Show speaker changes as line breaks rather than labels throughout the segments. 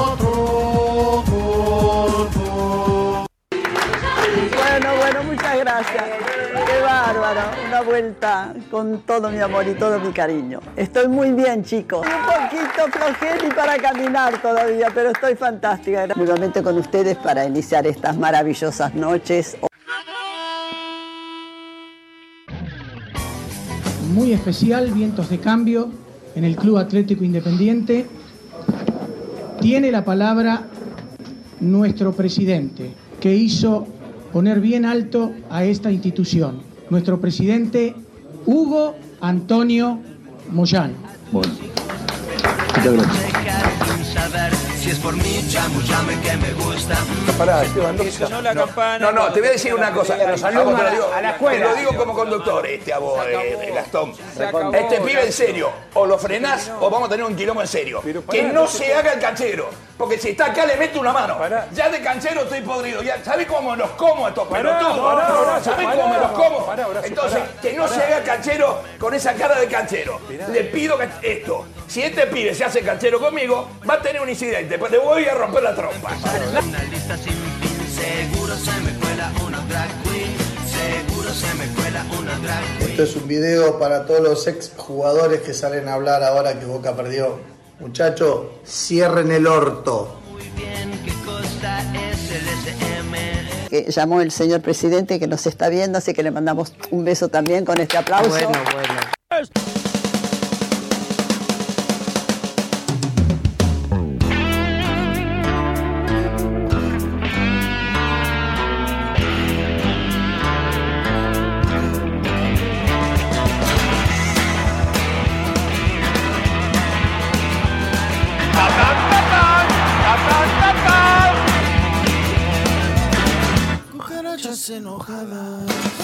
Cuatro gordos.
Bueno, bueno, muchas gracias. Qué bárbaro. Una vuelta con todo mi amor y todo mi cariño. Estoy muy bien, chicos. Un poquito flojete para caminar todavía, pero estoy fantástica. Nuevamente con ustedes para iniciar estas maravillosas noches.
muy especial, Vientos de Cambio, en el Club Atlético Independiente. Tiene la palabra nuestro presidente, que hizo poner bien alto a esta institución. Nuestro presidente Hugo Antonio Moyano.
Bueno, muchas gracias.
Si es por mí, chamullame que me gusta.
Pará, Esteban, ¿dónde está?
Sonó la campana.
No, no, te voy a decir una cosa. Los alumnos, te lo digo,
a la escuela.
Te lo digo como conductor, este a vos, eh, el Gastón.
acabó,
Este pibe en serio, o lo frenás o vamos a tener un quilombo en serio. Que no se haga el canchero, porque si está acá le meto una mano.
Pará.
Ya de canchero estoy podrido. Ya, ¿Sabés cómo me los como a estos
Pará,
pelotudos?
pará, Horacio,
¿Sabés
pará.
cómo me los
Pará,
como?
Horacio,
Entonces,
pará.
que no se haga el canchero con esa cara de canchero. Le pido que esto. Si este pibe se hace canchero conmigo, va a tener un incidente. Pues le voy a romper la trompa.
Una lista sin fin, seguro se me cuela una drag queen. Seguro se me cuela una drag queen.
Esto es un video para todos los ex jugadores que salen a hablar ahora que Boca perdió. Muchachos, cierren el orto.
Muy bien, ¿qué costa es el SM?
Que llamó el señor presidente que nos está viendo, así que le mandamos un beso también con este aplauso.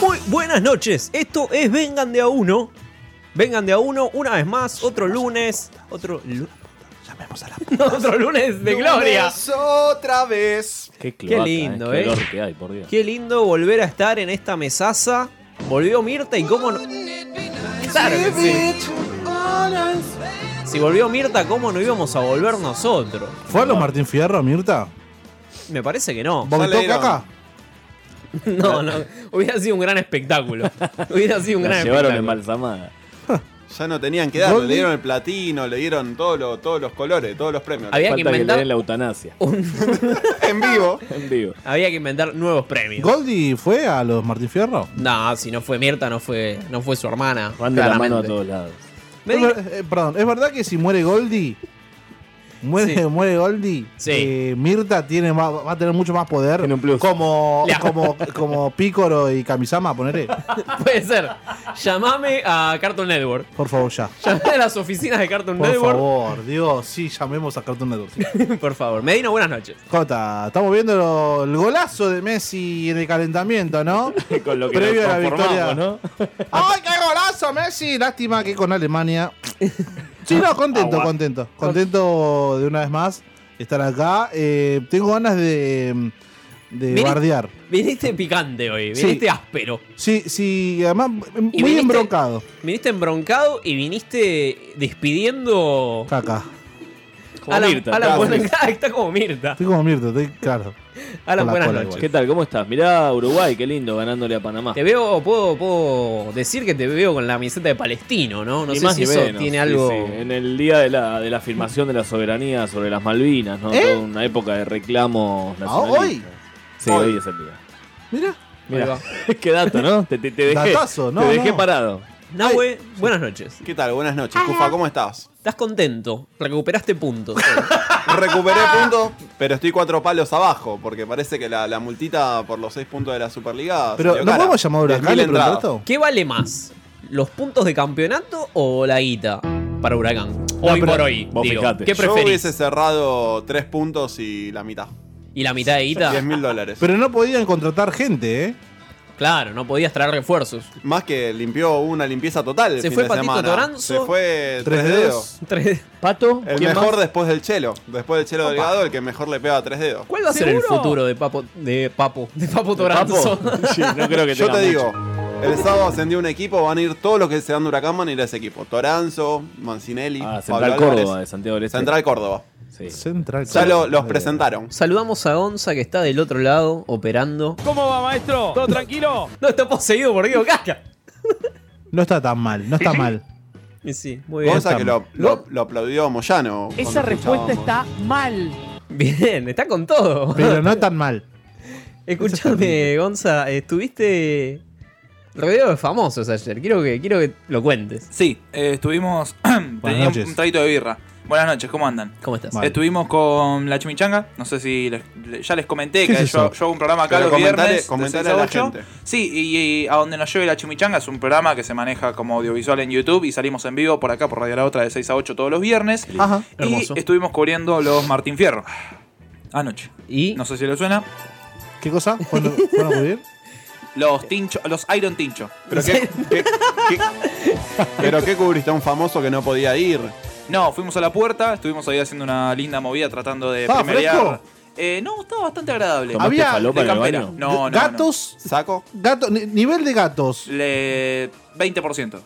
Muy buenas noches, esto es Vengan de a uno. Vengan de a uno, una vez más, otro lunes. Otro. lu- No, otro lunes de gloria.
otra vez.
Qué,
cloaca, lindo, eh.
Qué olor que hay, por Dios.
Qué lindo volver a estar en esta mesaza. Volvió Mirta y cómo no. Claro que sí. Si volvió Mirta, ¿cómo no íbamos a volver nosotros?
¿Fue a los Martín Fierro, Mirta?
Me parece que no.
¿Vomitó
le dieron.
caca?
No, no. Hubiera sido un gran espectáculo. Hubiera sido un
La
gran
llevaron
espectáculo.
embalsamada.
Ya no tenían que darle,
¿Dónde?
le dieron el platino, le dieron todo lo- todos los colores, todos los premios.
Había que
Falta que le
inventar
den la eutanasia.
En vivo.
En vivo.
Había que inventar nuevos premios.
¿Goldi fue a los Martín Fierro?
No, si no fue Mirta, no fue, no fue su hermana.
Van de la mano a
claramente.
todos lados.
Me
Es
di-
ver- eh, perdón, ¿es verdad que si muere Goldi, muere,
Sí.
muere Goldi,
Sí.
eh, Mirta tiene más- va a tener mucho más poder
Tiene un plus.
como
Le-
como como Pícoro y Kamisama, poneré.
puede ser. Llamame a Cartoon Network.
Por favor, ya.
Llamame a las oficinas de Cartoon
Por
Network.
favor, Dios, sí, llamemos a Cartoon Network. sí.
Por favor. Medino, buenas noches.
Jota, estamos viendo lo- el golazo de Messi en el calentamiento, ¿no?
Con lo que
Previo
nos
a la victoria.
conformamos, ¿no?
¡Ay, qué golazo, Messi! Lástima que con Alemania. Sí, no, contento,
Agua.
contento. Contento de una vez más estar acá. Eh, tengo ganas de, de
Vení-
bardear.
Viniste picante hoy.
Sí.
Viniste áspero.
Sí, sí, además, muy
Y viniste-
embroncado.
Viniste embroncado y viniste despidiendo
Caca.
Como
Alan-
Mirta,
Alan,
claro.
buenas- está como Mirta.
Estoy como Mirta, estoy claro.
Alan,
Con la
buenas
cola
noches.
¿Qué tal? ¿Cómo estás? Mirá Uruguay, qué lindo ganándole a Panamá.
Te veo, puedo, puedo decir que te veo con la camiseta de Palestino, ¿no? No
Ni
sé
más
si
ni
eso
menos,
tiene
sí,
algo.
sí. En el día de la, de la afirmación de la soberanía sobre las Malvinas,
¿Eh?
¿no? Toda una época de reclamos
Ah,
nacionalistas.
hoy.
Sí, hoy, es el día.
Mira.
Mira, qué dato, ¿no? Te, te- te dejé,
Datazo, no,
te dejé
no.
parado.
Nahue, buenas noches.
¿Qué tal? Buenas noches, Cufa, ¿cómo estás?
Estás contento, recuperaste puntos.
Recuperé puntos, pero estoy cuatro palos abajo, porque parece que la, la multita por los seis puntos de la Superliga.
Pero,
Ah, salió
¿no
cara.
podemos llamar a Huracán
10.000
y preguntar
entradas.
esto?
¿Qué vale más? ¿Los puntos de campeonato o la guita para Huracán? Hoy
pero
por hoy.
vos
digo.
fijate.
¿Qué
Yo
preferís?
hubiese cerrado tres puntos y la mitad.
¿Y la mitad de guita?
Diez mil dólares.
Pero no podían contratar gente, ¿eh?
Claro, no podías traer refuerzos.
Más que limpió una limpieza total. el
Se
fin
fue
de
Patito
semana.
Toranzo.
Se fue
Tres
tres dedos.
Pato.
El
¿Quién
mejor
más?
después del chelo. Después del chelo
Opa.
delgado, el que mejor le pega a tres dedos.
¿Cuál va a ser el futuro de Papo? De Papo. De Papo Toranzo.
Papo? Yo te digo, el sábado ascendió un equipo, van a ir todos los que se dan de Huracán, van a ir a ese equipo. Toranzo, Mancinelli,
Ah,
Pablo
Central
Álvarez.
Córdoba, de Santiago del Este.
Central Córdoba.
Central
Ya lo- los presentaron.
Saludamos a Gonza que está del otro lado operando.
¿Cómo va, maestro? ¿Todo tranquilo?
No está poseído por Diego Casca.
No está tan mal, no está mal.
Y sí, muy bien.
Cosa que lo, lo- lo aplaudió Moyano.
Esa
cuando
respuesta
escuchábamos.
está mal.
Bien, está con todo.
Pero no tan mal.
Escuchame, Gonza, estuviste rodeado de famosos ayer. Quiero que, quiero que lo cuentes.
Sí, eh, estuvimos. tenía un-
noches.
un traguito de birra. Buenas noches, ¿cómo andan?
¿Cómo estás?
Estuvimos con la chimichanga. No sé si les- le- ya les comenté
¿Qué
que
es
yo,
eso?
yo hago un programa acá
Pero
los
comentale-
viernes. de
comentale
6
a la
8.
gente.
Sí, y, y a donde nos lleve la chimichanga es un programa que se maneja como audiovisual en YouTube y salimos en vivo por acá por Radio La Otra de 6 a 8 todos los viernes.
Ajá.
Y estuvimos cubriendo los Martín Fierro. Anoche.
¿Y?
No sé si le suena.
¿Qué cosa? ¿Fueron fueron a cubrir?
Los Tincho, los Iron Tincho.
Pero qué, qué- qué- pero qué cubriste a un famoso que no podía ir.
No, fuimos a la puerta, estuvimos ahí haciendo una linda movida tratando de
Ah,
¿Estaba
primerear.
fresco?
Eh, no, estaba bastante agradable.
¿Tomaste Había- falopa
de
en el
campera.
baño?
No, no,
¿Gatos?
¿Saco?
Gato, ni- nivel de gatos.
no. Le- 20%.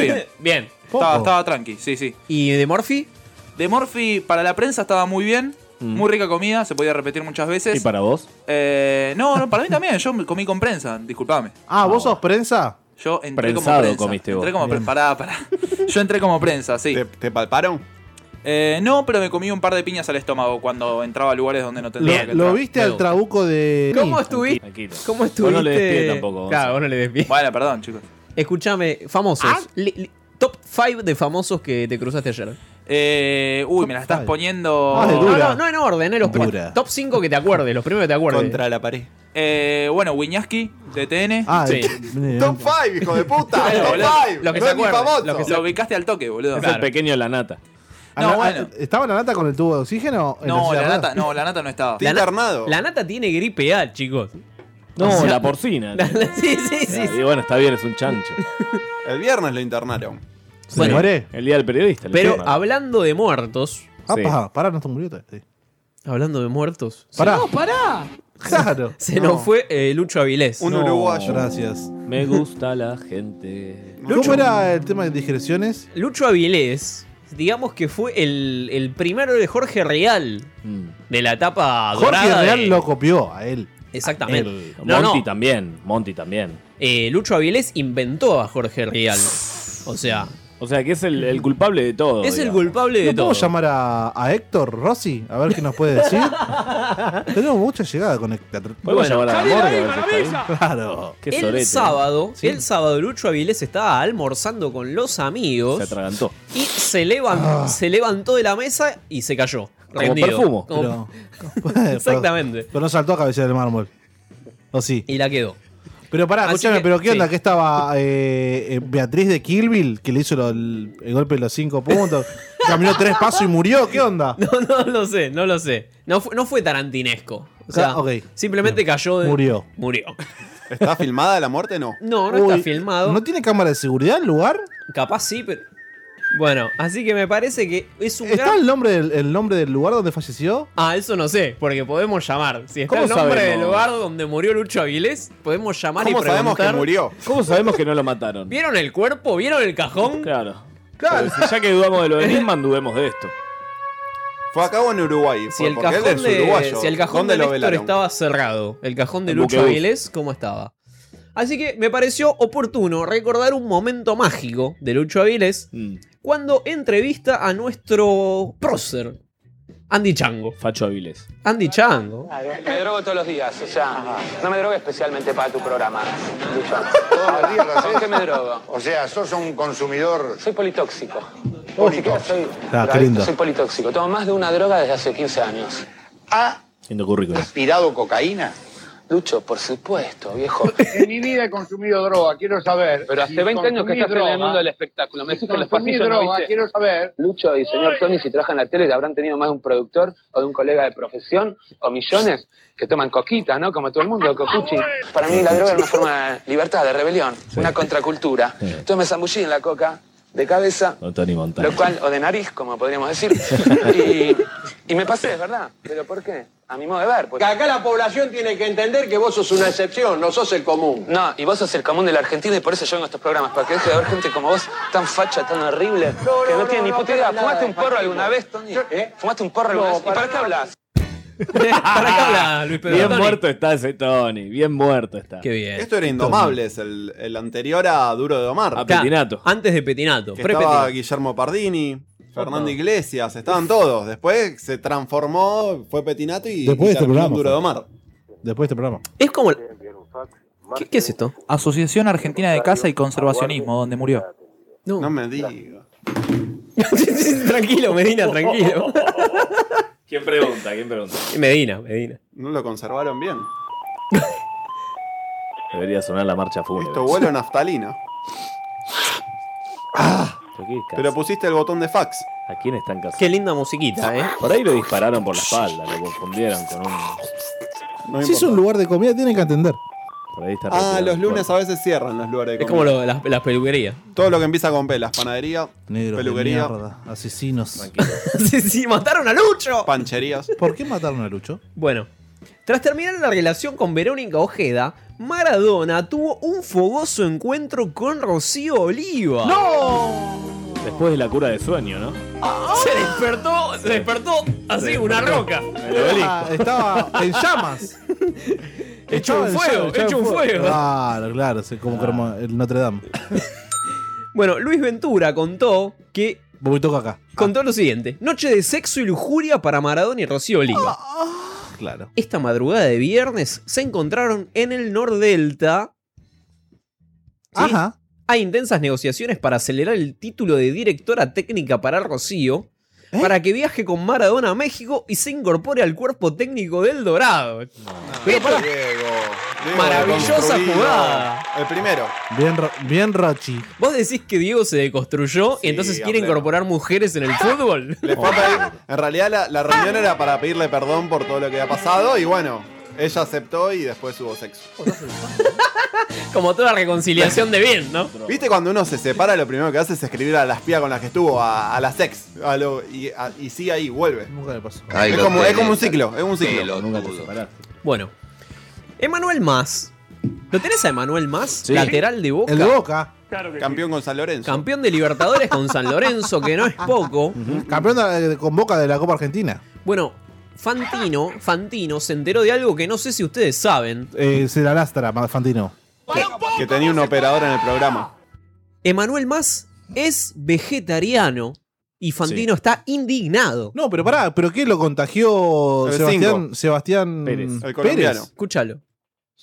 bien.
bien.
Estaba,
Poco.
estaba tranqui, sí, sí.
¿Y de Morphy? Mm.
De Morphy para la prensa estaba muy bien. Muy rica comida, se podía repetir muchas veces.
¿Y para vos?
Eh, no, no, para mí también. Yo comí con prensa, disculpame.
Ah, ¿vos sos prensa?
Yo entré
Prensado
como prensa.
comiste vos.
Entré como pre-
Bien.
pará, pará. Yo entré como prensa, sí. ¿Te,
palparon?
no, pero me comí un par de piñas al estómago cuando entraba a lugares donde no tendría que
Lo, lo
entrar.
viste al trabuco de.
¿Cómo estuviste? ¿Cómo estuviste?
Vos no le despides tampoco, Gonza.
Claro, vos no le despides.
Bueno, perdón, chicos.
Escuchame, famosos.
Ah.
Li- li- top 5 de famosos que te cruzaste ayer.
Eh, uy, me la estás poniendo.
no, no, no en orden, eh, los cuatro. Top 5 que te acuerdes, los primeros que te acuerdes.
Contra la pared.
Eh, bueno, Wiñaski, TTN.
Ah, Sí.
Top 5, hijo de puta. Top 5.
Lo
no es ni famoso.
Lo ubicaste al toque, boludo.
Es el pequeño la nata.
No,
Ah, ah,
bueno.
¿Estaba la nata con el tubo de oxígeno? en
No,
silla
la
de ruedas?
nata, no, la nata no estaba.
La, na- la nata tiene gripe A, chicos.
No,
O sea,
la porcina.
sí, sí, sí.
Y bueno, está bien, es un chancho.
El viernes lo internaron.
¿Se Bueno. muere?
El día del periodista.
Pero hablando de muertos.
Ah, pa, pará, no está murió todavía.
Hablando de muertos.
Pará.
Se,
pará!
Claro.
se nos fue eh, Lucho Avilés.
Un uruguayo. Gracias.
Me gusta la gente.
¿Cómo era el tema de digresiones?
Lucho Avilés, digamos que fue el, el primero de Jorge Real.
Mm.
De la etapa dorada.
Jorge Real
de-
lo copió a él.
Exactamente.
Ah, El-
No,
Monty
no.
también. Monty también.
Eh, Lucho Avilés inventó a Jorge Real. O sea.
O sea, que es el, el culpable de todo.
Es el
digamos.
culpable de
¿No
todo.
puedo llamar a, a Héctor Rossi? A ver qué nos puede decir. Tenemos mucha llegada con Héctor.
Podemos llamar a Morgan, si está ahí.
Claro.
Qué
el
sorete. ¿eh?
sábado,
Sí.
el sábado Lucho Avilés estaba almorzando con los amigos.
Se atragantó.
Y se, levan-
Ah.
se levantó de la mesa y se cayó.
Como
rendido.
perfumo.
Como-
Exactamente. Pero no saltó a cabecera del mármol. ¿O sí?
Y la quedó.
Pero pará,
Así
escúchame,
que-
pero ¿qué
sí.
onda? Que estaba eh, eh, Beatriz de Kilville, que le hizo lo- el, el golpe de los cinco puntos. Caminó tres pasos y murió. ¿Qué onda?
No, no lo sé, no lo sé. No fue, no fue tarantinesco. O sea,
Ah, ok.
simplemente cayó de.
Murió.
Murió.
¿Está filmada la muerte? No.
No, no está
Uy,
filmado.
¿No tiene cámara de seguridad el lugar?
Capaz sí, pero. Bueno, así que me parece que es un
¿Está
gran.
el nombre del, el nombre del lugar donde falleció?
Ah, eso no sé, porque podemos llamar. Si está
¿Cómo
el nombre
sabemos?
del lugar donde murió Lucho Avilés, podemos llamar y preguntar.
¿Cómo sabemos que no lo mataron?
¿Vieron el cuerpo? ¿Vieron el cajón?
Claro. Claro. ya que dudamos de lo de Nisman, dudemos de esto.
Fue acá o en Uruguay.
Si
Fue
el
porque él
cajón
es
de,
uruguayo.
si el cajón
¿Dónde
de
lo
Néstor
velaron?
estaba cerrado, el cajón de
En
Lucho
Buquebus.
Avilés, ¿cómo estaba? Así que me pareció oportuno recordar un momento mágico de Lucho Avilés
Mm.
cuando entrevista a nuestro prócer, Andy Chango.
Facho Avilés.
Andy Chango.
Me drogo todos los días, o sea, no me drogo especialmente para tu programa, Lucho.
Todos los días lo haces.
¿Con qué me drogo?
O sea, sos un consumidor.
Soy politóxico.
Politóxico.
Soy,
Ah, qué lindo.
soy politóxico. Tomo más de una droga desde hace 15 años.
¿Ha
Siendo currículum.
aspirado cocaína?
Lucho, por supuesto, viejo.
En mi vida he consumido droga, quiero saber.
Pero hace 20 años que
consumí
estás en el
droga,
mundo del espectáculo. Me decís que en los
consumí
pasillos no
droga,
viste-
quiero saber.
Lucho y señor Tony, si trabajan en la tele, habrán tenido más de un productor o de un colega de profesión o millones que toman coquita, ¿no? Como todo el mundo, cocuchi. Para mí la droga era una forma de libertad, de rebelión, una contracultura. Entonces me zambullí en la coca de cabeza,
Con Tony Montana.
lo cual, o de nariz, como podríamos decir. Y, y me pasé, es verdad. Ah, ¿Pero por qué? A mi modo de ver. Porque acá la población tiene que entender que vos sos una excepción, no sos el común. No, y vos sos el común de la Argentina y por eso yo vengo a estos programas, para que deje de haber gente como vos, tan facha, tan horrible, que no, tiene ni puta idea. ¿Fumaste un porro alguna vez, Tony? ¿Fumaste un porro alguna vez? ¿Y ¿eh? para qué hablas?
Ah, Luis
Bien
Tony.
muerto está ese Tony, bien muerto está.
Qué bien.
Esto era Indomables, el, el anterior a Duro de
Ah,
Omar.
A Petinato.
Antes de Petinato.
Que
pre
estaba
Petinato.
Guillermo Pardini, Fernando Iglesias, estaban todos. Después se transformó, fue Petinato y,
Después de
y
este
terminó en
programa
Duro de
fue.
Omar.
Después de este programa.
Es como. ¿Qué, qué es esto?
Asociación Argentina de Casa y Conservacionismo, donde murió.
No,
me digas.
tranquilo, Medina, tranquilo.
¿Quién pregunta? ¿Quién pregunta?
Medina, Medina.
No lo conservaron bien.
Debería sonar la marcha fúnebre.
Esto huele a naftalina.
¿Pero qué casa?
Pero pusiste el botón de fax.
¿A quién están casados?
Qué linda musiquita, ¿eh?
Por ahí lo dispararon por la espalda, lo confundieron con un.
si es un lugar de comida, tienen que atender.
Por ahí está
Ah,
retirado
los
el
lunes
cuerpo.
a veces cierran los lugares de
Es como
comida.
lo- las, las peluquerías.
Todo lo que empieza con P, las panaderías,
Negros
peluquería,
de mierda, asesinos.
sí, sí, mataron a Lucho.
pancherías.
¿Por qué mataron a Lucho?
Bueno, tras terminar la relación con Verónica Ojeda, Maradona tuvo un fogoso encuentro con Rocío Oliva.
¡No!
Después de la cura de sueño, ¿no?
Se despertó, se despertó así, una roca.
Ah, estaba en llamas.
Hecho un
Estaba en
fuego,
llamas, estaba
hecho un
en
fuego.
Claro, claro, sí, como, como el Notre Dame.
Bueno, Luis Ventura contó que.
Vomitó acá.
Contó lo siguiente: Noche de sexo y lujuria para Maradona y Rocío Oliva.
Claro.
Esta madrugada de viernes se encontraron en el Nordelta. ¿sí?
Ajá.
Hay intensas negociaciones para acelerar el título de directora técnica para Rocío.
¿Eh?
Para que viaje con Maradona a México y se incorpore al cuerpo técnico del Dorado. Pero pará,
Diego, Diego
maravillosa
deconstruido.
jugada.
El primero.
Bien, Ro- bien Rochi.
Vos decís que Diego se deconstruyó
Sí,
y entonces quiere
hombre.
incorporar mujeres en el fútbol.
Le fue a pedir- en realidad la, la reunión era para pedirle perdón por todo lo que había pasado y bueno, ella aceptó y después hubo sexo.
Como toda reconciliación de bien, ¿no?
¿Viste cuando uno se separa lo primero que hace es escribir a las pías con las que estuvo, a, a las ex? a lo- y, a- y sigue ahí, vuelve.
Nunca le pasó.
Ay, Es lo como- tenés, es como un ciclo, es un ciclo.
Nunca te separaste.
Bueno, Emanuel Más. ¿Lo tenés a Emanuel Más? Lateral de Boca.
El de Boca.
Campeón con San Lorenzo.
Campeón de Libertadores con San Lorenzo, que no es poco.
Campeón de- con Boca de la Copa Argentina.
Bueno, Fantino, Fantino se enteró de algo que no sé si ustedes saben.
Eh, se la lastra, Fantino.
que tenía un operador en el programa.
Emanuel Más es vegetariano y Fantino está indignado.
No, pero pará, ¿pero qué lo contagió
El
Sebastián, Sebastián
Pérez, el
Mm, Pérez?
colombiano.
Escúchalo.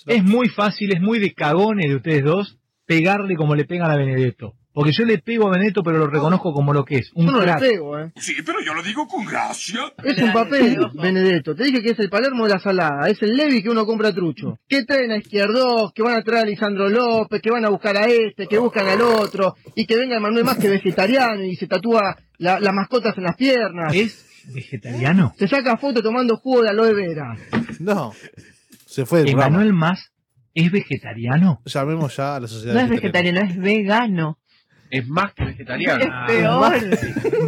Es muy fácil, es muy de cagones de ustedes dos pegarle como le pegan a Benedetto. Porque yo le pego a Benedetto, pero lo reconozco como lo que es. Un
Yo no le
crack.
pego, ¿eh?
Sí, pero yo lo digo con gracia.
Es un papel, Benedetto. Te dije que es el Palermo de la Salada. Es el Levi que uno compra trucho. Que traen a Izquierdos, que van a traer a Lisandro López, que van a buscar a este, que buscan al otro. Y que venga Manuel más que vegetariano y se tatúa la- las mascotas en las piernas.
¿Es vegetariano?
Se saca foto tomando jugo de aloe vera.
No. Se fue del programa.
¿Emanuel Más es vegetariano?
Llamemos ya a la sociedad.
No es
vegetariana.
vegetariano, es vegano.
Es más que vegetariano.
Es
Ah.
peor.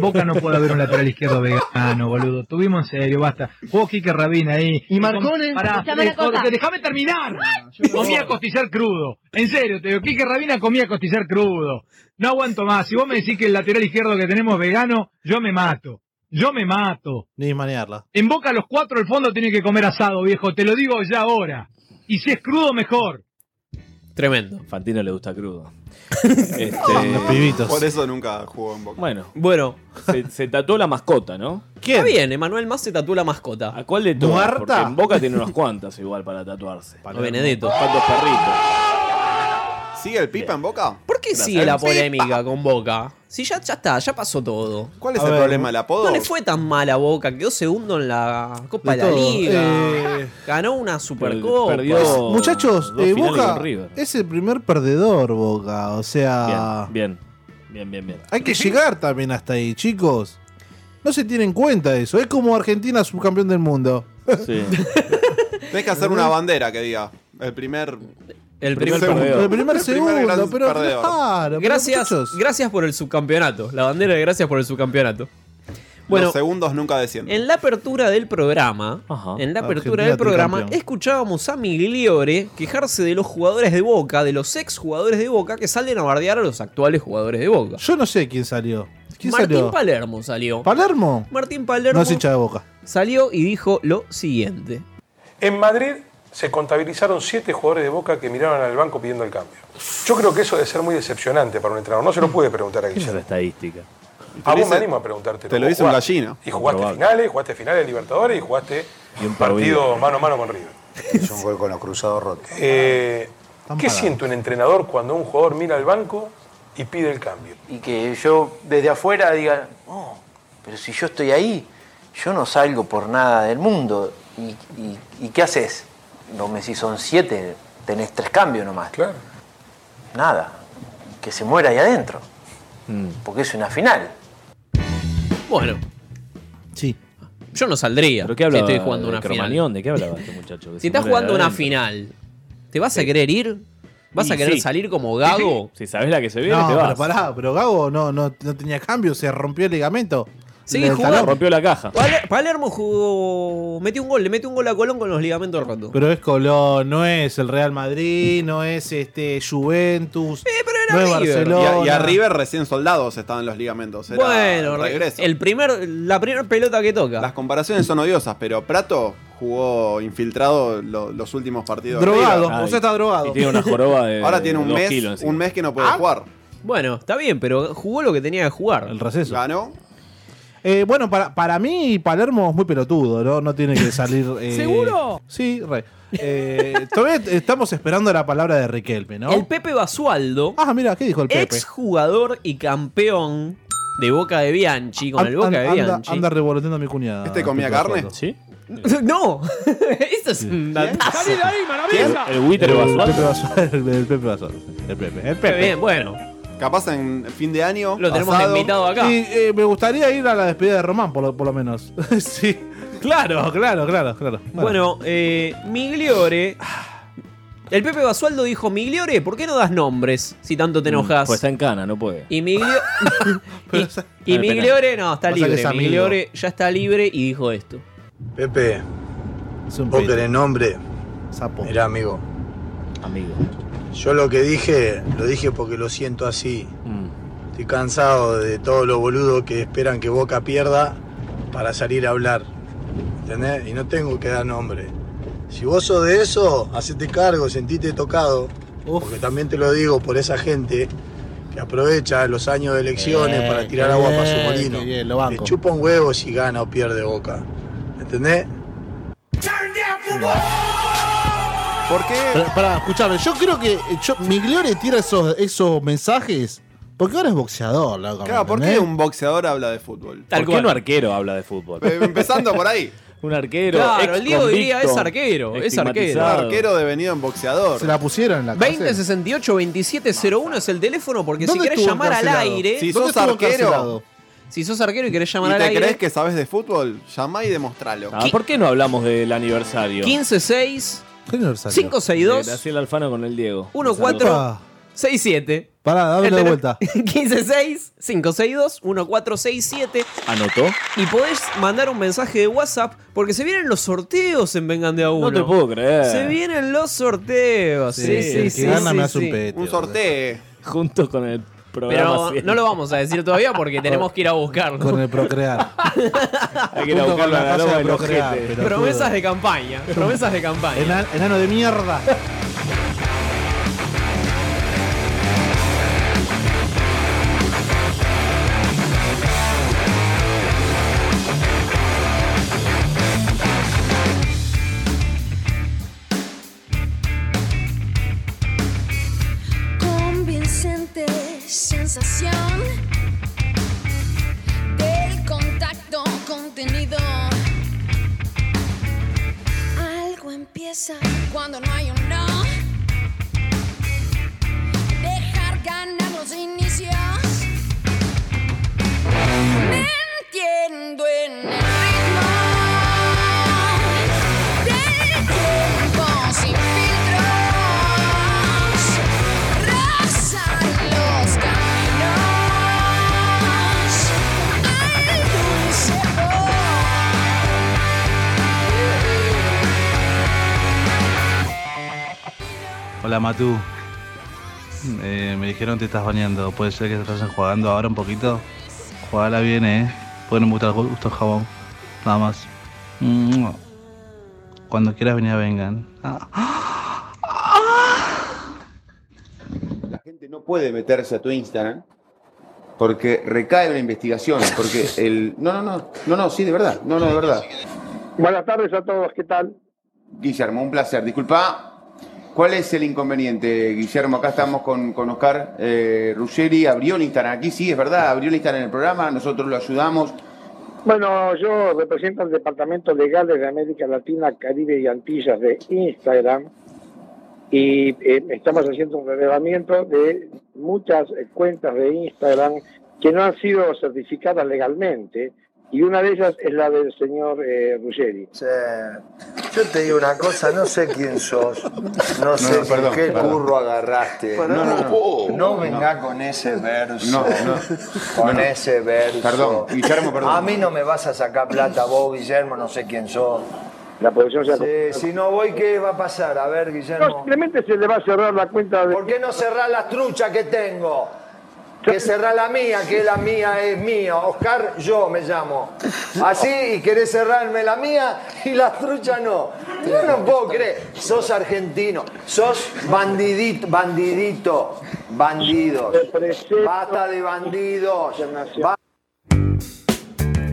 Boca no puede haber un lateral izquierdo vegano, boludo. Tuvimos en serio, basta. Jugó Kike Rabina ahí.
Y Marcone.
Pará,
Escuchame una cosa.
eh, déjame terminar. Comía costillar crudo. En serio, te digo, Quique Rabina comía costillar crudo. No aguanto más. Si vos me decís que el lateral izquierdo que tenemos es vegano, yo me mato. Yo me mato.
Ni manearla.
En Boca los cuatro al fondo tienen que comer asado, viejo. Te lo digo ya ahora. Y si es crudo, mejor.
Tremendo.
Fantino le gusta crudo. Este,
Los pibitos.
Por eso nunca jugó en Boca.
Bueno,
Bueno,
se, se tatuó la mascota, ¿no?
está bien, Emanuel Más se tatuó la mascota.
¿A cuál de todas?
¿Muerta?
Porque en Boca tiene unas cuantas igual para tatuarse.
A Benedetto.
¿Cuántos perritos?
¿Sigue el Pipa en Boca?
¿Por qué sigue la polémica con Boca? Si ya, ya está, ya pasó todo.
¿Cuál es A el ver. problema, el apodo?
No le fue tan mal a Boca, quedó segundo en la Copa de,
De
la
todo,
Liga.
eh.
Ganó una Supercopa.
Es- Pues, muchachos, eh, Boca
con River.
es el primer perdedor, Boca. O sea,
Bien, bien, bien, bien.
hay que llegar también hasta ahí, chicos. No se tiene en cuenta eso. Es como Argentina subcampeón del mundo.
Tenés que hacer una bandera que diga. El primer.
El
primer perdedor. El primer segundo,
gran
pero
perdedor.
claro, pero
gracias, gracias por el subcampeonato. La bandera de gracias por el subcampeonato. Bueno,
Los segundos nunca descienden.
en la apertura del programa, en
Ah,
la apertura del programa, escuchábamos a Migliore quejarse de los jugadores de Boca, de los ex jugadores de Boca que salen a bardear a los actuales jugadores de Boca.
Yo no sé quién salió. ¿Quién
Martín
salió?
Palermo salió.
¿Palermo?
Martín Palermo
No es hincha de Boca.
salió y dijo lo siguiente.
En Madrid se contabilizaron siete jugadores de Boca que miraron al banco pidiendo el cambio. Yo creo que eso debe ser muy decepcionante para un entrenador. No se lo puede preguntar a
Esa es
Guillermo.
la estadística.
A vos me animo a preguntarte.
te lo hizo un gallino.
Y jugaste
Comprobado.
finales, jugaste finales de Libertadores y jugaste
Y un
partido mano a mano con River.
Es un gol con los cruzados rotos.
Eh, ¿Qué
parados.
siente un entrenador cuando un jugador mira al banco y pide el cambio?
Y que yo desde afuera diga, "Oh, pero si yo estoy ahí, yo no salgo por nada del mundo. ¿Y, y- y qué haces? No me si son siete, tenés tres cambios nomás.
Claro.
Nada. Que se muera ahí adentro. Porque es una final.
Bueno.
Sí.
Yo no saldría.
¿Pero qué hablaba?
si estoy jugando
de
una final.
Cromañón? ¿De qué hablaba este muchacho? Que
Si
se
estás
muere
jugando
de
una
adentro.
final, ¿te vas a querer ir? ¿Vas a querer salir como gago?
Si sabes la que se viene,
No,
te vas.
pero pará, pero Gago no, no, no tenía cambio, se rompió el ligamento.
Sigue
El
jugando.
talón.
la caja.
Pal- Palermo jugó. Metió un gol, le metió un gol a Colón con los ligamentos rotos.
Pero es Colón, no es el Real Madrid, no es este Juventus,
Eh,
no es
River.
Barcelona.
Y, a, y a River recién soldados estaban los ligamentos. Era
Bueno,
regreso.
el primer, la primera pelota que toca.
Las comparaciones son odiosas, pero Prato jugó infiltrado lo- los últimos partidos. de
Drogado,
River.
o sea, está drogado.
y tiene una joroba de
Ahora tiene un
dos
mes,
kilos encima.
un mes que no puede jugar.
Bueno, está bien, pero jugó lo que tenía que jugar. El
receso.
Ganó.
Eh, bueno, para, para mí Palermo es muy pelotudo, ¿no? No tiene que salir... eh,
¿Seguro?
Sí, re. Eh, todavía estamos esperando la palabra de Riquelme, ¿no?
El Pepe Basualdo.
Ah, mira, ¿qué dijo el Pepe?
Ex jugador y campeón de Boca de Bianchi, con
An-
el Boca de
anda-
Bianchi.
Anda revoloteando a mi cuñada.
¿Este comía
Pepe
carne?
Basualdo.
¿Sí?
no, eso es un datazo.
El buitre
El
Basualdo.
Pepe Basualdo, El el Pepe Basualdo, El Pepe. El Pepe.
Bien, bueno.
Capaz en fin de año.
Lo tenemos
pasado,
invitado acá.
Y eh, me gustaría ir a la despedida de Román, por lo, por lo menos. sí. Claro, claro, claro, claro.
Bueno, eh, Migliore. El Pepe Basualdo dijo: Migliore, ¿por qué no das nombres si tanto te enojas?
Pues está en cana, no puede.
Y Miglio- y, y
Ah,
Migliore,
penal.
no, está
Pasa que
libre.
es amigo.
Migliore ya está libre y dijo esto.
Pepe, vos querés nombre. Mirá, amigo.
Amigo.
Yo lo que dije, lo dije porque lo siento así.
Mm.
Estoy cansado de todos los boludos que esperan que Boca pierda para salir a hablar. ¿Entendés? Y no tengo que dar nombre. Si vos sos de eso, hacete cargo, sentite tocado. Porque también te lo digo por esa gente que aprovecha los años de elecciones
Bien,
para tirar
Eh, qué
agua
bien,
para su molino.
qué bien, lo banco.
Le chupa un huevo si gana o pierde Boca. ¿Entendés?
¿Por qué?
Pará, escuchame, yo creo que eh, yo, Migliore tira esos, esos mensajes porque ahora es boxeador, loco. ¿me
Claro, ¿por qué
entendés?
un boxeador habla de fútbol?
¿Por qué un arquero habla de fútbol?
Eh, Empezando por ahí.
un arquero.
Claro,
ex
el Diego diría,
convicto,
"Es arquero, es arquero".
estigmatizado.
Un arquero devenido en boxeador.
Se la pusieron en la cárcel.
2068-2701 es el teléfono porque si
¿Dónde
querés
estuvo
llamar al
encarcelado?
aire.
Si sos arquero
Si sos arquero y querés llamar
y
al
te
aire.
crees que sabes de fútbol, llamá y demostralo.
Ah, ¿Por qué no hablamos del
Ah,
aniversario?
15-6.
¿Qué aniversario?
562.
De Graciela Alfano con el Diego.
Opa.
1467.
Ah. Pará, dame la vuelta.
156 562 1467
¿Anotó?
y podés mandar un mensaje de WhatsApp porque se vienen los sorteos en Vengan de a uno.
No te puedo creer.
Se vienen los sorteos. Sí, sí, sí. sí, sí.
Un sorteo.
Junto con el programa.
Pero no lo vamos a decir todavía porque tenemos que ir a buscarlo.
Con el procrear.
Hay que ir a
Junto
buscar
con
la
la casa
garoma
de
del
procrear,
ojete.
pero-
Promesas de campaña. Promesas de campaña.
Ena- enano de mierda.
Convincente sensación sonido. Algo empieza cuando no hay un no. Dejar ganar los inicios. Me entiendo en el ritmo del tiempo sin filtros. Rasan los caminos. Al dulce
Hola Matú. Eh, me dijeron te estás bañando. Puede ser que te estás enjuagando ahora un poquito. Jugala bien, eh. Pueden gustar gusto el jabón. Nada más. Mua. Cuando quieras venir, vengan. Ah,
La gente no puede meterse a tu Instagram porque recae una investigación. Porque el. No, no, no. No, no, sí, de verdad. No, no, de verdad. Buenas tardes a todos, ¿qué tal? Guillermo, un placer. Disculpa. ¿Cuál es el inconveniente, Guillermo? Acá estamos con, con Oscar eh, Ruggeri. Abrió el Instagram. Aquí sí, es verdad. Abrió el Instagram en el programa. Nosotros lo ayudamos.
Bueno, yo represento al Departamento Legal de América Latina, Caribe y Antillas de Instagram y eh, estamos haciendo un relevamiento de muchas eh, cuentas de Instagram que no han sido certificadas legalmente y una de ellas es la del señor eh, Ruggeri.
Yo te digo una cosa, no sé quién sos, no sé
no, perdón,
qué
perdón.
curro
Este,
agarraste.
No, no, Oh, no.
este, No venga con ese verso.
No, no.
Con
No, no.
ese verso.
Perdón, Guillermo, perdón.
A mí no me vas a sacar plata vos, Guillermo, no sé quién sos.
La producción se
Sí, si no voy, ¿qué va a pasar? A ver, Guillermo.
No, simplemente se le va a cerrar la cuenta de...
¿Por qué no cerrar las truchas que tengo? Que cerrar la mía, que la mía es mía. Oscar, yo me llamo. Así, y querés cerrarme la mía y las truchas no. Yo no puedo creer. Sos argentino, sos bandidito, bandidito, bandidos. Basta de bandidos. Ba-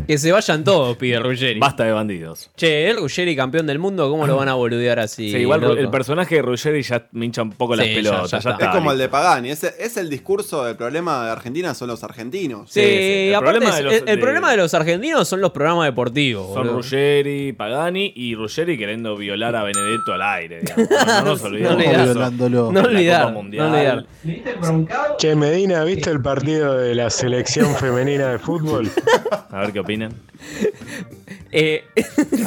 Que se vayan todos, pide Ruggeri.
Basta de bandidos.
Che, el Ruggeri campeón del mundo, ¿cómo lo van a boludear así?
Sí, igual
loco?
el personaje de Ruggeri ya me hincha un poco las
Sí, ya-
pelotas.
ya está.
ya está,
Es como
listo.
El de Pagani. Ese es el discurso del problema de Argentina, son los argentinos.
Sí,
el
aparte
problema
es-
de los-
el, el
de-
problema de los argentinos son los programas deportivos.
Son
boludo.
Ruggeri, Pagani y Ruggeri queriendo violar a Benedetto al aire. digamos. No, no nos olvidemos. de
olvidar.
eso.
No
La
olvidar,
Copa
no
Mundial.
olvidar.
Che, Medina, ¿viste el partido de la selección femenina de fútbol?
A ver qué opinan.
Eh,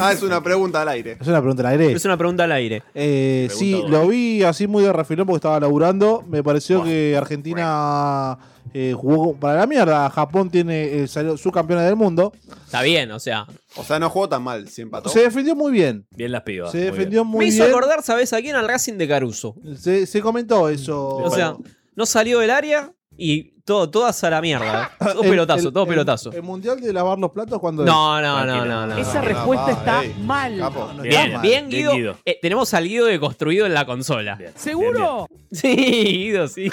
Ah, es una pregunta al aire.
Es una pregunta al aire.
Es una pregunta al aire.
Eh, sí, lo vi así muy de refilón porque estaba laburando. Me pareció que Argentina eh, jugó para la mierda. Japón tiene eh, salió subcampeona del mundo.
Está bien, o sea.
O sea, no jugó tan mal, si empató.
Se defendió muy bien.
Bien las pibas.
Se defendió
Me
muy
hizo
bien.
acordar, ¿sabes a quién? Al Racing de Caruso.
Se, se comentó eso.
O sea, no salió del área y todo, todas a la mierda. eh. Todo
El-
pelotazo,
el-
todo
el-
pelotazo.
El mundial de lavar los platos cuando.
No, no, no, no, no.
Esa
respuesta
está
mal.
no está
Bien, bien,
mal. Bien,
Guido.
Guido.
Eh, tenemos al Guido deconstruido en la consola.
¿Seguro?
Sí, Guido, sí.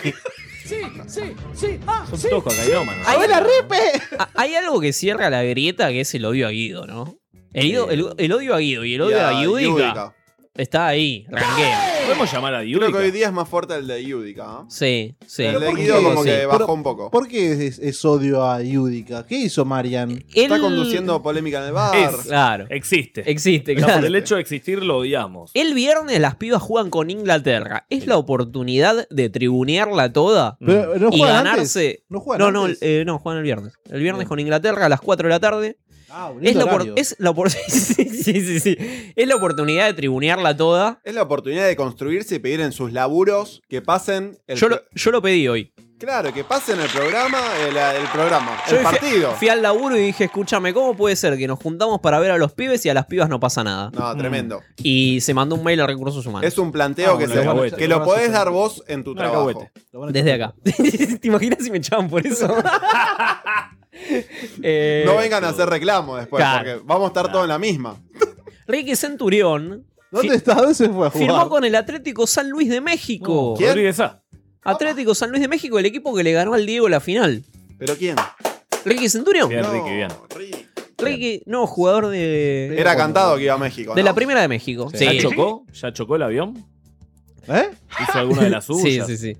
Sí, sí, sí. Ah,
Son
sí.
todos cocainómanos.
Hay-
ripe!
Ah, Hay algo que cierra la grieta que es el odio a Guido, ¿no? El, Guido- el- el odio a Guido y el odio
Y a
a Yudica
Yudica.
está ahí, ranquea.
Podemos llamar a
Creo que hoy día es más fuerte el de Yudica. ¿ah?
Sí, sí.
El de
¿Por
Guido
qué?
como que
Sí.
bajó
Pero-
un poco.
¿Por qué es, es- es odio a Yudica? ¿Qué hizo Marian?
Está Él-
conduciendo polémica en el bar.
Es,
claro.
Existe.
Existe,
O sea,
claro.
Por el hecho de existir lo odiamos.
El viernes las pibas juegan con Inglaterra. Es la oportunidad de tribunearla toda
Mm.
Pero, ¿no
y
juegan
ganarse.
antes? ¿No juegan
no, no,
antes?
eh, no, juegan el viernes. El viernes con Inglaterra a las 4 de la tarde.
bonito
es la, opor-
horario.
es la opor- sí, sí, sí, sí. Es la oportunidad de tribunearla toda.
Es la oportunidad de construirse y pedir en sus laburos que pasen el
Yo lo, yo lo pedí hoy.
Claro, que pasen el programa, el, el programa,
Yo
el
fui-
partido.
Fui, al laburo y dije, escúchame, ¿cómo puede ser que nos juntamos para ver a los pibes y a las pibas no pasa nada?
No, tremendo.
Y se mandó un mail a recursos humanos.
Es un planteo que, se- que lo podés dar vos en tu
Un
trabajo.
alcahuete. Desde acá. ¿Te imaginas si me echaban por eso? Eh,
no vengan a hacer reclamo después,
Claro.
porque vamos a estar todos en la misma.
Ricky Centurión
¿Dónde está? ¿Dónde se fue a jugar?
firmó con el Atlético San Luis de México.
¿Quién? Rodríguez
Atlético San Luis de México, el equipo que le ganó al Diego la final.
¿Pero quién?
Ricky Centurión.
Bien, Ricky,
bien. Ricky, no, jugador de.
Era cantado que iba a México.
De
¿no?
la primera de México.
¿Ya
Sí.
chocó? ¿Ya chocó el avión?
¿Eh?
¿Hizo alguna de las suyas?
Sí, sí, sí.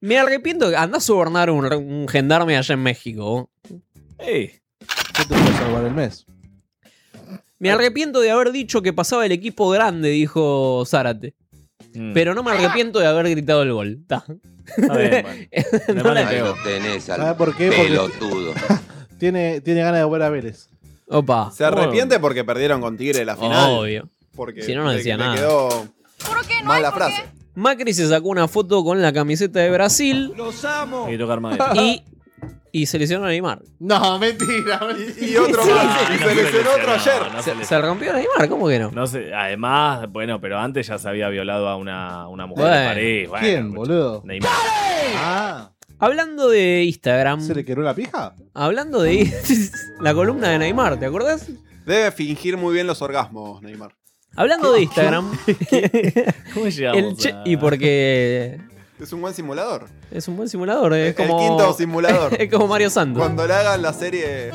Me arrepiento, andá a sobornar un, un gendarme allá en México.
Ey,
Yo te puedo salvar el mes.
Me arrepiento de haber dicho que pasaba el equipo grande, dijo Zárate.
Mm.
Pero no me arrepiento de haber gritado el gol. Ta. No la-
Ahí lo tenés al
¿Sabe por qué? Porque-
pelotudo.
Tiene, tiene ganas de volver a Vélez.
Opa.
Se arrepiente porque perdieron con Tigre la final.
Obvio.
Porque
Si no, no
le-
decía
le
nada.
quedó mala frase.
Macri se sacó una foto con la camiseta de Brasil
Los amo.
Y tocar madera.
y, y seleccionó a Neymar.
No, mentira. Y,
otro más. Y se lesionó otro ayer. Se-
le-
se rompió Neymar, ¿cómo que no?
No sé, además, bueno, pero antes ya se había violado a una, una mujer de
Bueno.
París. Bueno,
¿Quién,
escucha,
boludo?
Neymar.
Hablando de Instagram.
¿Se le quebró la pija?
Hablando de la columna de Neymar, ¿te acordás?
Debe fingir muy bien los orgasmos, Neymar.
Hablando de Instagram.
¿Cómo llegamos
el che-
a-
Y porque
Es un buen simulador.
es un buen simulador. Es
El
como,
quinto simulador.
es como Mario Santos.
Cuando le hagan la serie.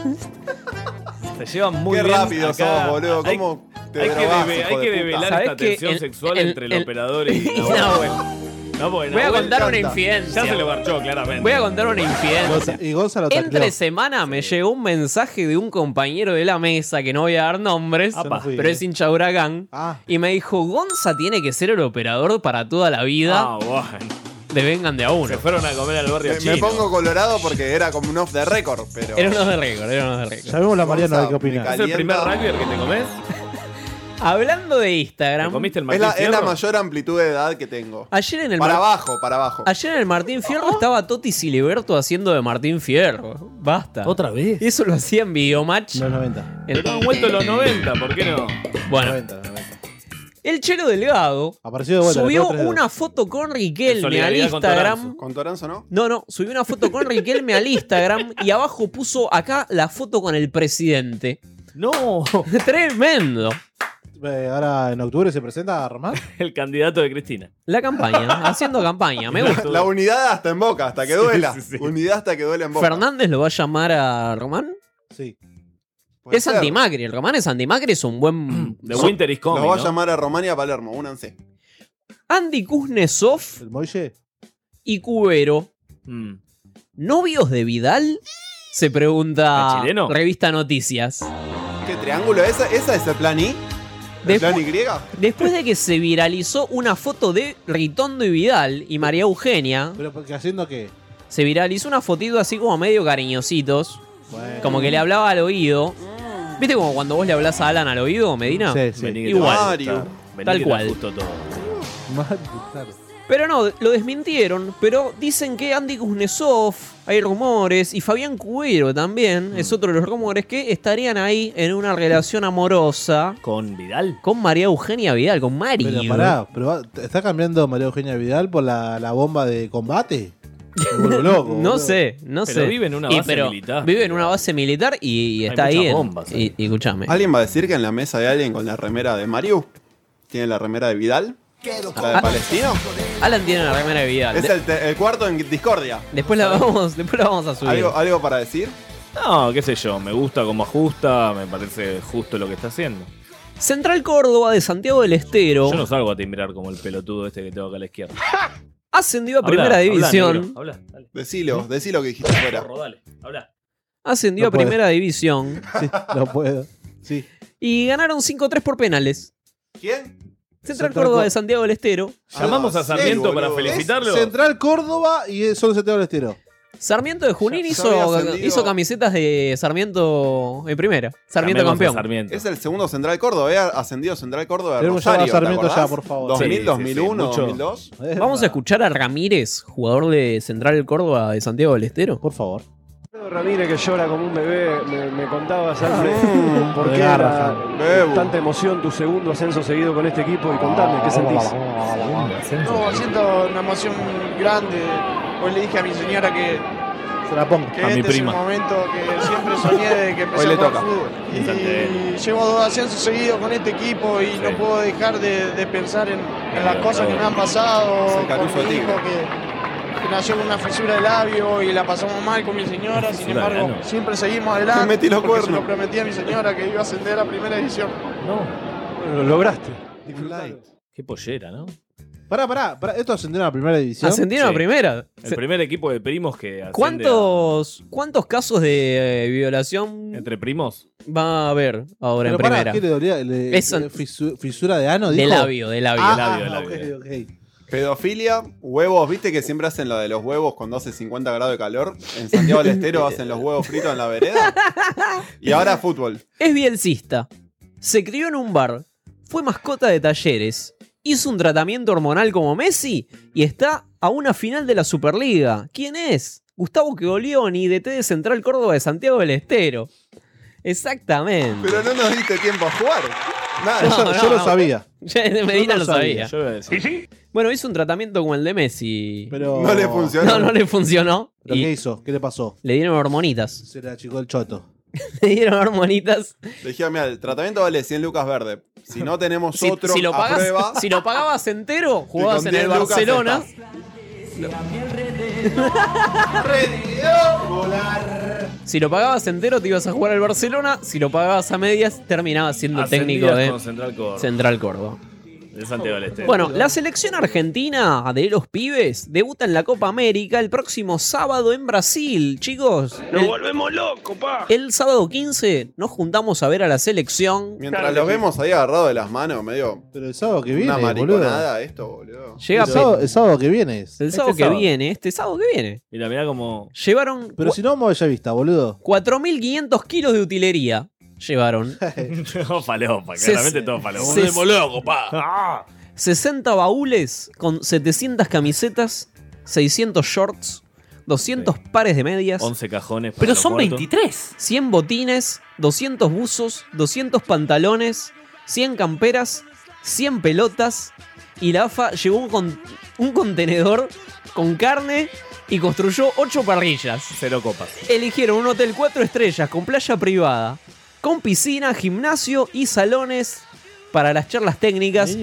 Se llevan muy
Qué
bien
rápido
acá.
sos, boludo.
Hay-
¿Cómo te
Hay que,
drogás,
deve-
hijo
hay
de
que
puta?
develar
¿Sabés
esta
que
tensión
el-
sexual
el-
entre el,
el-
operador y
y
Nahuel.
Nahuel.
No, porque
Voy a
Nahuel
contar una
canta.
infidencia.
Ya se le barchó, claramente.
Voy a contar una
Gonza-
infidencia.
Y Gonzalo
Entre
tacleó.
semana me llegó un mensaje de un compañero de la mesa, que no voy a dar nombres,
Apa. Yo no fui,
pero
eh.
es hincha de huracán, y me dijo, Gonza tiene que ser el operador para toda la vida.
Ah, bueno.
De vengan de a uno.
Se fueron a comer al barrio
Me,
chino.
me pongo colorado porque era como un off the record, pero.
Era uno de récord, era uno de récord.
Llamemos a Mariano a ver qué opina.
¿Es el primer rugby que te comes?
Hablando de Instagram.
es la, es la mayor amplitud de edad que tengo.
Ayer en el
Para
mar-
abajo, para abajo.
Ayer en el Martín
Oh.
Fierro estaba Toti Siliberto haciendo de Martín Fierro. Basta. ¿Otra vez? Eso lo hacía en Videomatch.
Los 90.
El-
Han vuelto los 90, ¿por qué no?
Bueno. El Chelo Delgado
Apareció de vuelta,
subió
le pegó tres
una foto con Riquelme al
Solidaridad con
Instagram.
Toranzo. ¿Con Toranzo no?
No, no, subió una foto con Riquelme al Instagram y abajo puso acá la foto con el presidente.
No.
Tremendo.
Eh, ahora en octubre se presenta a armar.
El candidato de Cristina.
La campaña, haciendo campaña, me gusta.
La unidad hasta en boca, hasta que
Sí,
duela.
sí, sí.
Unidad hasta que duela en boca.
¿Fernández lo va a llamar a Román?
Sí.
Es antimacri, el Román es antimacri, es un buen...
The Winter is coming,
Lo va
¿no?
a llamar a Romania Palermo, únanse.
Andy Kuznetsov y Cubero. ¿Novios de Vidal? Se pregunta Revista Noticias.
¿Qué triángulo? ¿Esa, esa es el plan I? ¿El plan Y?
Después de que se viralizó una foto de Ritondo y Vidal y María Eugenia,
¿Pero porque haciendo qué?
se viralizó una fotito así como medio cariñositos.
Bueno.
Como que le hablaba al oído. ¿Viste como cuando vos le hablás a Alan al oído, Medina?
Sí, sí. Vení que te va a
Igual.
gustar.
Vení que
Tal
te
cual.
ajusto todo.
Mal, claro.
Pero no, lo desmintieron, pero dicen que Andy Kuznetsov, hay rumores, y Fabián Cubero también,
Mm.
es otro de los rumores, que estarían ahí en una relación amorosa.
¿Con Vidal?
Con María Eugenia Vidal, con Mari.
Pero pará, pero va- ¿está cambiando María Eugenia Vidal por la, la bomba de combate? Me vuelvo loco.
No
boludo.
sé, no
Pero
sé.
vive en una
Y
base
militar.
Vive en una base militar y, y está
muchas
ahí. en-
bombas,
y, y escuchame.
¿Alguien va a decir que en la mesa hay alguien con la remera de Mario? ¿Tiene la remera de Vidal? ¿La
Ah.
de Palestino?
Alan tiene la remera de Vidal.
Es
De-
el, te- el cuarto en Discordia.
después, la vamos, después la vamos a subir.
¿Algo, algo para decir?
No, qué sé yo, me gusta cómo ajusta, me parece justo lo que está haciendo.
Central Córdoba de Santiago del Estero
Yo no salgo a timbrar como el pelotudo este que tengo acá a la izquierda.
ascendió a
Habla,
Primera
habla,
División.
negro, habla, dale.
Decilo, decilo que dijiste fuera.
ascendió
No
a
puede.
Primera División
Sí, no puedo. Sí.
y ganaron 5-3 por penales.
¿Quién?
Central
Central
Córdoba
Córdoba.
de Santiago del Estero.
Llamamos a Sarmiento para felicitarlo.
Central Córdoba y eh, solo Santiago del Estero.
Sarmiento de Junín
Ya- ya había
hizo,
ascendido.
hizo camisetas de Sarmiento en primera. Sarmiento
Llamemos a
campeón.
Sarmiento.
Es el segundo Central Córdoba, había ascendido Central Córdoba de
Tenemos
Rosario,
ya a Sarmiento
¿te acordás?
ya, por favor.
2000,
Sí, sí, sí,
2001,
mucho.
2002.
Vamos a escuchar a Ramírez, jugador de Central Córdoba de Santiago del Estero.
Por favor.
Ramírez que llora como un bebé, me, me contabas Alfred,
Ah,
por
Me
qué
agarra,
era tanta emoción tu segundo ascenso seguido con este equipo y contame, ¿qué sentís?
No, siento una emoción grande. Hoy le dije a mi señora que,
Se la pongo.
que este es el momento que siempre soñé desde que empecé
Hoy le
a jugar
toca.
fútbol. Y llevo dos ascensos seguidos con este equipo y no puedo dejar de, de pensar en, en las cosas que me han pasado.
Es el Caruso
Con mi
Tigre.
hijo que, que nació con una fisura de labio y la pasamos mal con mi señora. Sin
Fisura de
embargo,
ano.
siempre seguimos
Me
adelante.
metí los
porque se
cuernos.
lo prometí a mi señora que iba a ascender a primera división.
No.
Lo lograste.
Qué pollera, ¿no?
Pará, pará, pará. Esto ascendió a la primera división.
Ascendieron a primera.
El primer equipo de primos que asciende
¿Cuántos, ¿Cuántos casos de eh, violación
a- entre primos.
va a haber ahora
Pero
en
pará,
primera?
¿qué le dolía? Le-
Eso-
le fisu- ¿Fisura de ano?
De
dijo?
labio, de labio.
Ah,
De labio,
ah,
de labio.
ok.
Pedofilia, huevos, viste que siempre hacen lo de los huevos cuando hace 50 grados de calor. En Santiago del Estero hacen los huevos fritos en la vereda. Y ahora fútbol.
Es bielcista. Se crió en un bar. Fue mascota de talleres. Hizo un tratamiento hormonal como Messi y está a una final de la Superliga. ¿Quién es? Gustavo Queolioni, DT de Central Córdoba de Santiago del Estero. Exactamente.
Pero no nos diste tiempo a jugar. Nada.
No, no, no. Ya,
Yo
Medina
lo
lo sabía.
sabía, yo iba a decir. ¿Y sí?
Bueno, hizo un tratamiento como el de Messi.
Pero- No le funcionó.
No, no le funcionó.
¿Pero
Y
qué hizo? ¿Qué le pasó?
le dieron hormonitas.
Se le achicó el choto.
Le dieron hormonitas.
Le dije, mira, el tratamiento vale 100 lucas verde. Si no tenemos
Si,
otro
si lo
a
pagas-
prueba,
si lo pagabas entero,
con
jugabas en
10
el
lucas
Barcelona. Si lo pagabas entero, te ibas a jugar al Barcelona. Si lo pagabas a medias, terminabas siendo
Ascendías
técnico de
con Central Córdoba.
Central Córdoba.
De Santiago del Estero.
Bueno, la selección argentina de los pibes debuta en la Copa América el próximo sábado en Brasil, chicos.
Nos
el,
volvemos locos, pa.
el sábado 15 nos juntamos a ver a la selección.
Mientras los vemos ahí agarrados de las manos, medio.
Pero el sábado que
Una
viene,
mariconada
boludo.
esto, boludo.
Llega
el, sábado,
Pe-
el sábado que viene es.
este
El sábado que viene, este sábado que viene.
Mira, mira como.
Llevaron
Pero si no, vamos a Bellavista, boludo.
4.500 kilos de utilería. Llevaron.
Todo falopa,
Se-
claramente todo falopa.
se-
Nos volvemos locos, pa.
60 Ah. baúles con 700 camisetas, 600 shorts, 200 pares de medias.
11 cajones. para
Pero
los
son
muertos.
23. 100 botines, 200 buzos, 200 pantalones, 100 camperas, 100 pelotas. Y la AFA llevó un, con- un contenedor con carne y construyó 8 parrillas.
Cero copas.
Eligieron un hotel 4 estrellas con playa privada, con piscina, gimnasio y salones para las charlas técnicas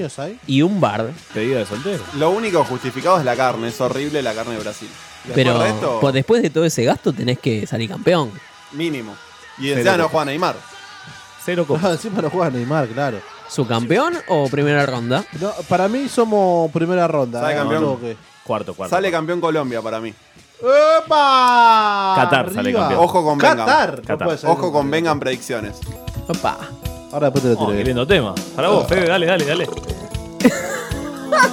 y un bar.
Pedido de soltero.
Lo único justificado es la carne. Es horrible la carne de Brasil. Después
Pero
de esto,
pues, después de todo ese gasto tenés que salir campeón.
mínimo. Y
Cero
encima no
copas.
juega Neymar.
Cero
Ah, encima no juega Neymar, claro.
¿Su campeón o primera ronda?
No, para mí somos primera ronda.
Sale
eh,
campeón.
no toque.
Cuarto, cuarto.
Sale campeón Colombia para mí.
¡Epa!
Qatar sale
Arriba.
campeón.
Ojo con Vengan.
Qatar. No puede ser.
Ojo con Vengan predicciones.
Opa.
Ahora después te lo
Oh,
tiré.
qué lindo tema. Para vos, Fede, dale, dale, dale.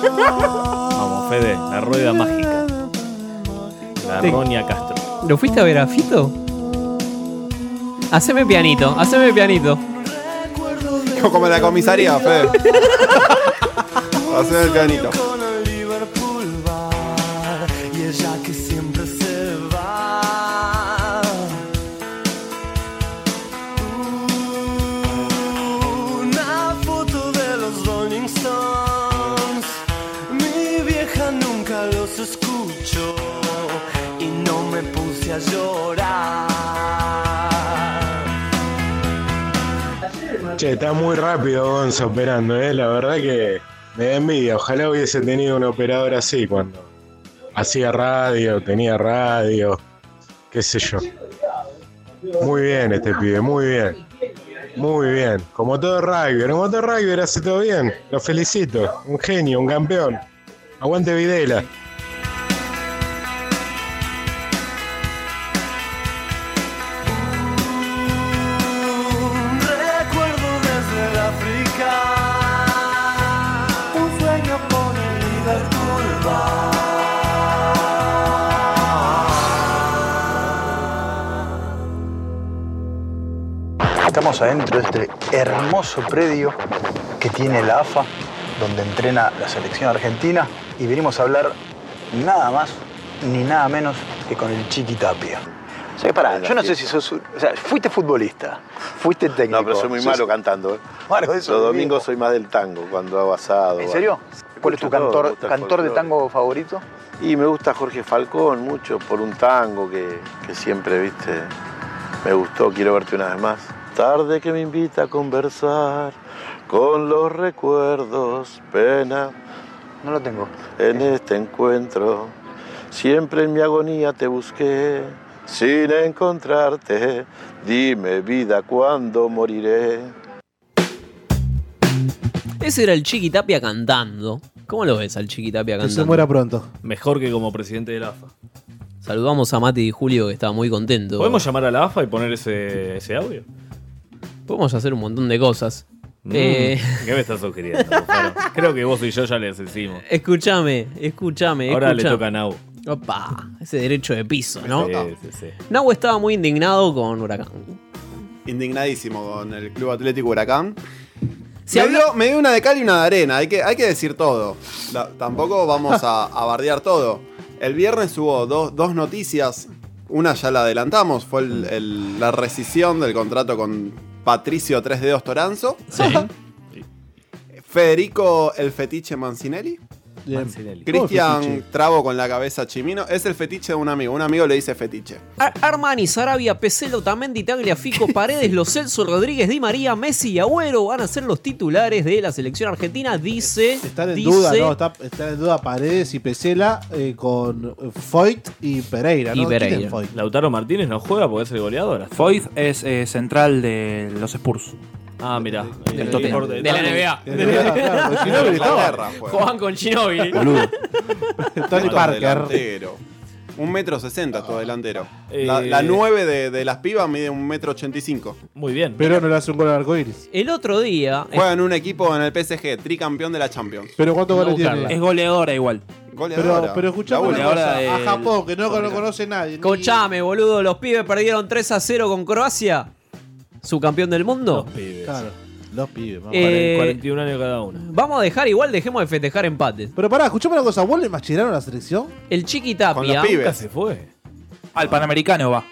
Vamos, Fede, la rueda mágica. La
Te-
Ronia Castro.
¿Lo fuiste a ver a Fito? Haceme pianito, haceme pianito.
Como en la comisaría, Fede. Hacer el pianito.
Y ella que siempre se va. Una foto de los Rolling Stones. Mi vieja nunca los escuchó y no me puse a llorar.
Che, está muy rápido Gonzo operando, ¿eh? La verdad que me da envidia. Ojalá hubiese tenido un operador así cuando hacía radio, tenía radio, qué sé yo. Muy bien este pibe, muy bien. Muy bien. Como todo rugby, como todo rugby hace todo bien. Lo felicito. Un genio, un campeón. Aguante Videla.
Un recuerdo desde el África. Un sueño con el Liverpool.
Estamos adentro de este hermoso predio que tiene la AFA, donde entrena la selección argentina, y venimos a hablar nada más ni nada menos que con el Chiqui Tapia. O sea, que pará, yo no sé si sos. un- O sea, fuiste futbolista, fuiste técnico.
No, pero soy muy malo cantando. ¿eh?
Malo, eso
Los
me
domingos soy más del tango, cuando hago asado.
¿En serio? ¿Cuál es tu
Escucho todo, me
cantor,
gusta el
cantor de
folclore.
tango favorito?
Y me gusta Jorge Falcón mucho por un tango que, que siempre, viste, me gustó. Quiero verte una vez más. Tarde que me invita a conversar con los recuerdos, pena.
No lo tengo.
En este encuentro, siempre en mi agonía te busqué. Sin encontrarte, dime vida, ¿cuándo moriré?
Ese era el Chiqui Tapia cantando. ¿Cómo lo ves al Chiquitapia
Que
cantando?
se muera pronto.
Mejor que como presidente de la AFA.
Saludamos a Mati y Julio que estaba muy contento.
¿Podemos llamar a la AFA y poner ese, ese audio?
Podemos hacer un montón de cosas.
Mm,
Eh,
¿Qué me estás sugiriendo? Lufaro? Creo que vos y yo ya les decimos.
escúchame, escúchame.
Ahora le
escuchame.
toca a Nau.
Opa, ese derecho de piso, ¿no?
Sí, sí, sí.
Nahue estaba muy indignado con Huracán.
Indignadísimo con el Club Atlético Huracán. me, dio, me dio una de cal y una de arena, hay que, hay que decir todo. La- tampoco vamos a, a bardear todo. El viernes hubo dos, dos noticias. Una ya la adelantamos, fue el- el- la rescisión del contrato con Patricio Tres Dedos Toranzo. Federico el Fetiche Mancinelli. Cristian Trabo con la cabeza Chimino. Es el fetiche de un amigo. Un amigo le dice fetiche.
Ar- Armani, Sarabia, Peselo, Tamendi, Tagliafico, Paredes, Lo Celso, Rodríguez, Di María, Messi y Agüero van a ser los titulares de la selección argentina, dice.
Están en
dice-
duda, ¿no? Está- están en duda Paredes y Pesela eh, con Foyt y Pereira, ¿no?
Y
¿Quién es
Pereira.
Foyt?
Lautaro Martínez no juega porque es el goleador.
Foyth es eh, central de los Spurs.
Ah, mira.
Del
Eh,
Tottenham.
por-
De la NBA.
De la NBA, claro, porque Ginóbili Ah, estaba.
pues.
Juegan con Ginobili.
Boludo.
Tony Parker.
Delantero. Un metro sesenta tu delantero. La,
Eh.
la nueve de, de las pibas mide un metro ochenta y cinco.
Muy bien.
Pero no le hace un gol al arco iris.
El otro día.
Juega en un equipo en el PSG, tricampeón de la Champions.
Pero ¿cuántos goles tiene?
Es goleadora igual.
Pero, pero escuchame una cosa,
eh,
de-
a Japón, que no lo conoce nadie. ni-
Cochame, boludo, los pibes perdieron 3 a 0 con Croacia. Su campeón del mundo.
Claro, los pibes. vamos.
Eh,
41 años cada uno.
Vamos a dejar igual, dejemos de festejar empates.
Pero pará, escuchame una cosa, ¿vos le machinaron a la selección?
El Chiqui Tapia.
Nunca se fue.
Al Panamericano va.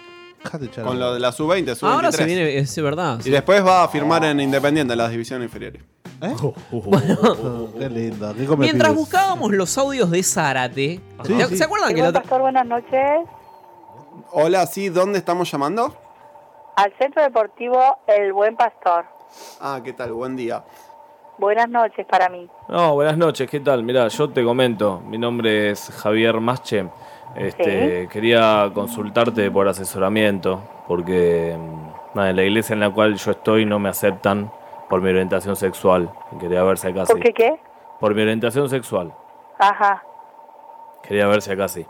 Con lo de la sub-20, sub-23.
Ahora se viene, es verdad.
Y después va a firmar en Independiente, en las divisiones inferiores.
¿Eh?
Oh,
Oh, Qué lindo, qué come
Oh. Mientras
pibes.
buscábamos los audios de Zárate,
Ah, Sí,
¿se-
sí.
¿se acuerdan
Sí,
que la otra-
buenas noches.
Hola, sí, ¿dónde estamos llamando?
Al Centro Deportivo El Buen Pastor.
Ah, ¿qué tal? Buen día.
Buenas noches para mí.
No, buenas noches, ¿qué tal? Mirá, yo te comento, mi nombre es Javier Masche. Este, Quería consultarte por asesoramiento, porque mm, nada, en la iglesia en la cual yo estoy no me aceptan por mi orientación sexual. Quería ver si acá
¿Por
Ah, sí.
qué qué?
Por mi orientación sexual.
Ajá.
Quería ver si acá sí.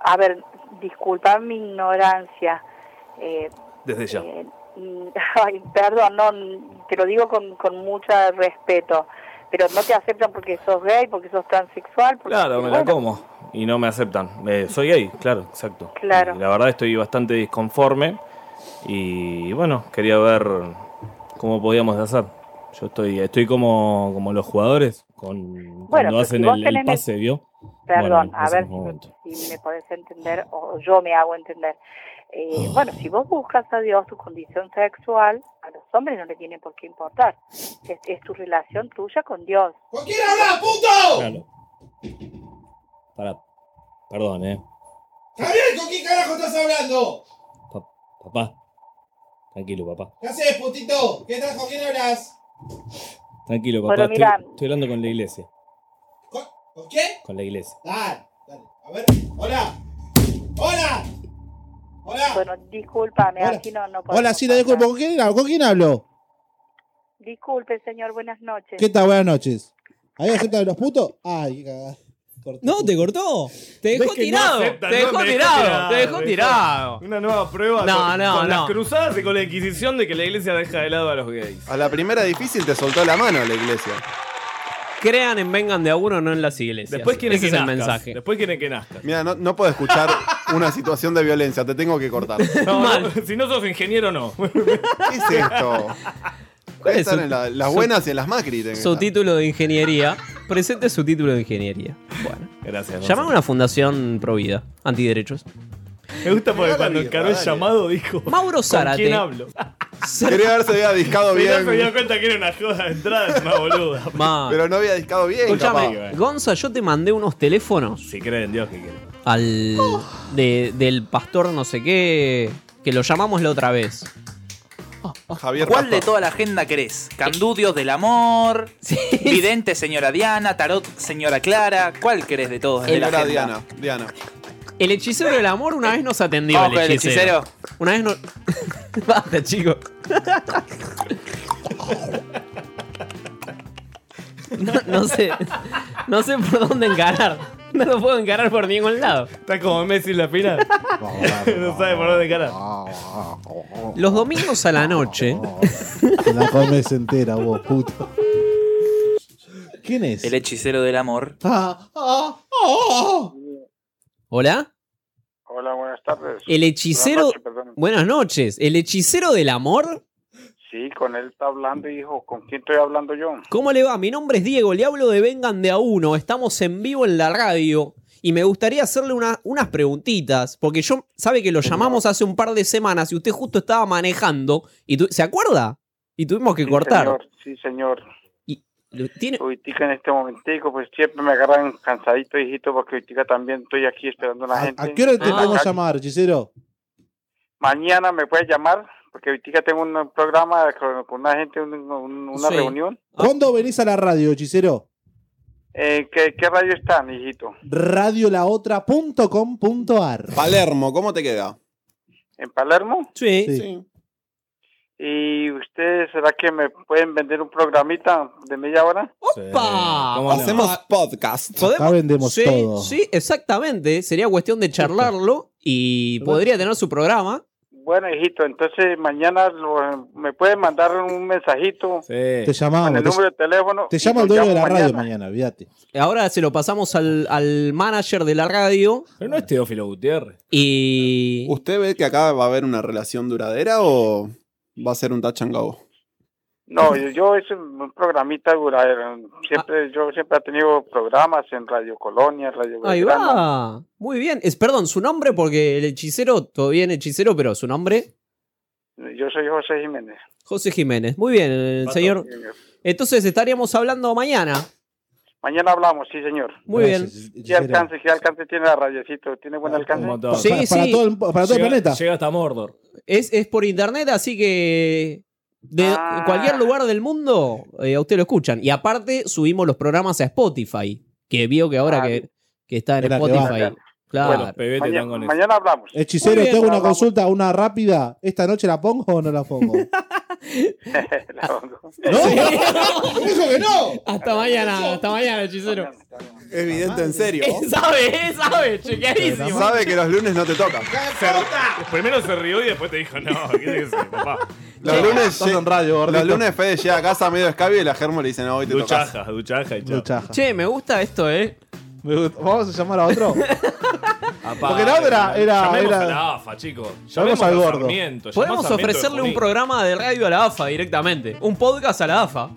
A ver, disculpa mi ignorancia. Eh,
Desde ya.
mm, ay, perdón, no, te lo digo con, con mucho respeto. Pero no te aceptan porque sos gay, porque sos transexual. Porque
Claro, me la
Bueno,
como y no me aceptan. Eh, soy gay, claro, exacto.
Claro.
Y la verdad estoy bastante disconforme y bueno, quería ver cómo podíamos hacer. Yo estoy estoy como, como los jugadores con, cuando
pero
hacen
si vos
el, el
tenés el-
pase, ¿vio?
Perdón,
Bueno,
a
ese
ver
es
si
mi momento.
me, si me podés entender o yo me hago entender. Eh,
Ah.
bueno, si vos buscas a Dios, tu condición sexual, a los hombres no le tiene por qué importar. Es, es tu relación tuya con Dios. ¿Con quién hablas, puto?
Claro. Pará. Perdón, eh.
Javier, ¿con quién carajo estás hablando?
Papá. Tranquilo, papá.
¿Qué haces, putito? ¿Qué tal, con quién hablas?
Tranquilo, papá.
Bueno,
estoy-
mirá.
estoy, hablando con la iglesia.
¿Con quién?
Con la iglesia.
Dale, dale. A ver, hola. ¡Hola! ¡Hola!
Bueno, discúlpame, así no, no podemos
Hola, sí, la disculpo. ¿Con quién, ¿Con quién hablo?
Disculpe, señor, buenas noches.
¿Qué tal? Buenas noches. ¿Había gente de los putos? Ay, qué cagada.
No, te cortó. Te
¿Ves
dejó
que no
tirado.
aceptan?
te
No,
dejó
me dejó
tirado.
tirado,
Te dejó
me dejó-
tirado.
Una nueva prueba
No,
con,
no,
con
no.
las cruzadas y con la Inquisición de que la iglesia deja de lado a los gays.
A la primera difícil te soltó la mano la iglesia.
Crean en vengan de a uno, no en las iglesias.
Después quieren
Ese
que
es el
nazcas.
mensaje.
Después quieren que nazcas.
Mira, no, no puedo escuchar una situación de violencia, te tengo que cortar. ¿Qué
No, no, si no sos ingeniero, no.
es esto?
¿Cuál es
Están
su-
en la- las
su-
buenas y en las macri. tengo que
Su
estar.
título de ingeniería. Presente su título de ingeniería. Bueno.
Gracias.
Llamar a una fundación pro vida, antiderechos.
Me gusta porque cuando encaró el llamado dijo.
Mauro Zárate.
¿Con quién hablo?
Quería ver si había discado
Si no
bien.
se dio cuenta que era una joda de entrada, es una boluda.
Man.
Pero no había discado bien.
Escuchame,
capaz.
Gonza, yo te mandé unos teléfonos.
Si creen, Dios que quieren.
Al. de- del pastor no sé qué. Que lo llamamos la otra vez.
Ah,
¿Cuál de toda la agenda querés? Candudios del amor, Vidente señora Diana, Tarot señora Clara, ¿cuál querés de todos? de la
Señora
agenda?
Diana, Diana.
El hechicero del amor una vez nos atendió.
Vamos con el
Una vez nos. Basta, chicos. no sé. No sé por dónde encarar. No lo puedo encarar por ningún lado.
Está como Messi en la final. no sabe por dónde encarar.
Los domingos a la noche.
Te La comes entera, vos, puto. ¿Quién es?
El hechicero del amor.
Oh.
¿Hola?
Hola, buenas tardes.
El hechicero.
Buenas noches, perdón.
Buenas noches. ¿El hechicero del amor?
Sí, con él está hablando y dijo, ¿con quién estoy hablando yo?
¿Cómo le va? Mi nombre es Diego, le hablo de Vengan de a uno. Estamos en vivo en la radio. Y me gustaría hacerle una- unas preguntitas, porque yo sabe que lo llamamos hace un par de semanas y usted justo estaba manejando. y tu- ¿Se acuerda? Y tuvimos que cortar.
Señor, sí, señor.
Y tiene...
Ahorita en este momentico, pues siempre me agarran cansadito, hijito, porque ahorita también estoy aquí esperando a la gente.
¿A qué hora te
Ah.
podemos llamar, hechicero?
Mañana me puedes llamar, porque ahorita tengo un programa con, con una gente, un- un- una
Sí.
reunión.
¿Cuándo venís a la radio, hechicero?
Eh, ¿qué, ¿Qué radio están, hijito?
Radiolaotra.com.ar
Palermo, ¿cómo te queda?
¿En Palermo?
Sí.
¿Y ustedes, será que me pueden vender un programita de media hora?
¿Cómo no? Ah.
Hacemos podcast.
Acá
vendemos
sí,
todo.
Sí, exactamente. Sería cuestión de charlarlo y podría tener su programa.
Bueno, hijito, entonces mañana lo- me pueden mandar un mensajito.
Te llamamos,
Con el
te-
número de teléfono.
Te
y
llama
lo
el dueño de
llamo
la radio
mañana.
mañana, olvídate.
Ahora se lo pasamos al, al manager de la radio.
Pero no es Teófilo Gutiérrez.
Y.
¿Usted ve que acá va a haber una relación duradera o va a ser un tachangabo?
No, yo, yo es un programita duradero. Siempre,
Ah.
Yo siempre he tenido programas en Radio Colonia, Radio
Ahí
Belgrano.
va. Muy bien. Es, perdón, su nombre, porque el hechicero, todavía en hechicero, pero su nombre,
Yo soy José Jiménez.
José Jiménez. Muy bien, el señor. Entonces estaríamos hablando mañana.
Mañana hablamos, sí, señor.
Muy Gracias,
bien. ¿Qué alcance, qué alcance tiene la radiocito? ¿Tiene buen alcance?
Sí, Para- para sí. todo el- para todo el Llega- planeta.
Llega hasta Mordor.
Es, es por internet, así que. De cualquier lugar del mundo, eh, a usted lo escuchan. Y aparte, subimos los programas a Spotify. Que vio que ahora que, que está en
Era que va.
Spotify.
Bueno,
Claro.
los pebetes
Mañana-
están con eso.
mañana hablamos.
Hechicero,
Muy bien,
tengo una
hablamos.
consulta, una rápida. ¿Esta noche la pongo o no la pongo?
La pongo.
¡Eso que no!
Hasta mañana, hasta mañana, hechicero.
Evidente, en serio.
Sabe, sabe,
Sabe que los lunes no te tocan.
Primero se rió y después te dijo, no, ¿qué te dice, papá?
Los lunes,
Estás en radio,
los
gordito.
lunes Fede llega a casa medio escabio y la Germo le dice, no, hoy te tocas.
Duchaja, duchaja y
Che, me gusta esto, eh.
Vamos a llamar a otro. Porque la otra
eh,
era-
Llamemos
era-
a la AFA, chicos.
Llamemos al gordo.
Podemos ofrecerle un programa de radio a la AFA directamente. Un podcast a la AFA.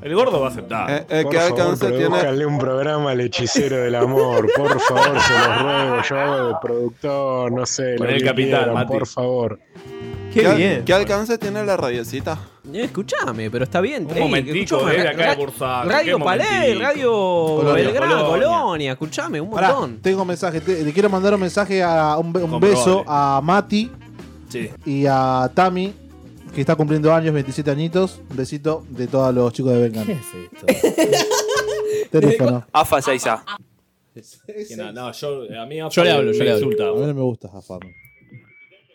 El gordo va a aceptar.
Eh, que alcance tiene-
Búscale un programa al hechicero del amor, por favor, se los ruego. Yo hago de productor, no sé.
Poné
lo
el
que
capitán,
quieran,
Mati.
por favor.
Qué
al-
bien.
¿Qué alcance tiene la radiocita?
Eh, Escuchame, pero está bien.
Un
Ey,
momentico,
escuchame,
eh, de acá de
ra-
Bursaco,
Radio
qué
Palé,
momentico.
Radio
Colonia,
Belgrano,
Colonia.
Colonia. Escuchame, un
Pará,
montón.
tengo un mensaje. Te- le quiero mandar un mensaje a un, be- un
Comprobable.
beso a Mati
Sí.
y a Tami, que está cumpliendo años, 27 añitos. Un besito de todos los chicos de Vengan. Teléfono.
AFA 6A.
Que No, no, yo, a mí AFA
Yo le hablo, yo
me
le hablo.
insulta.
A mí no me gusta zafarme.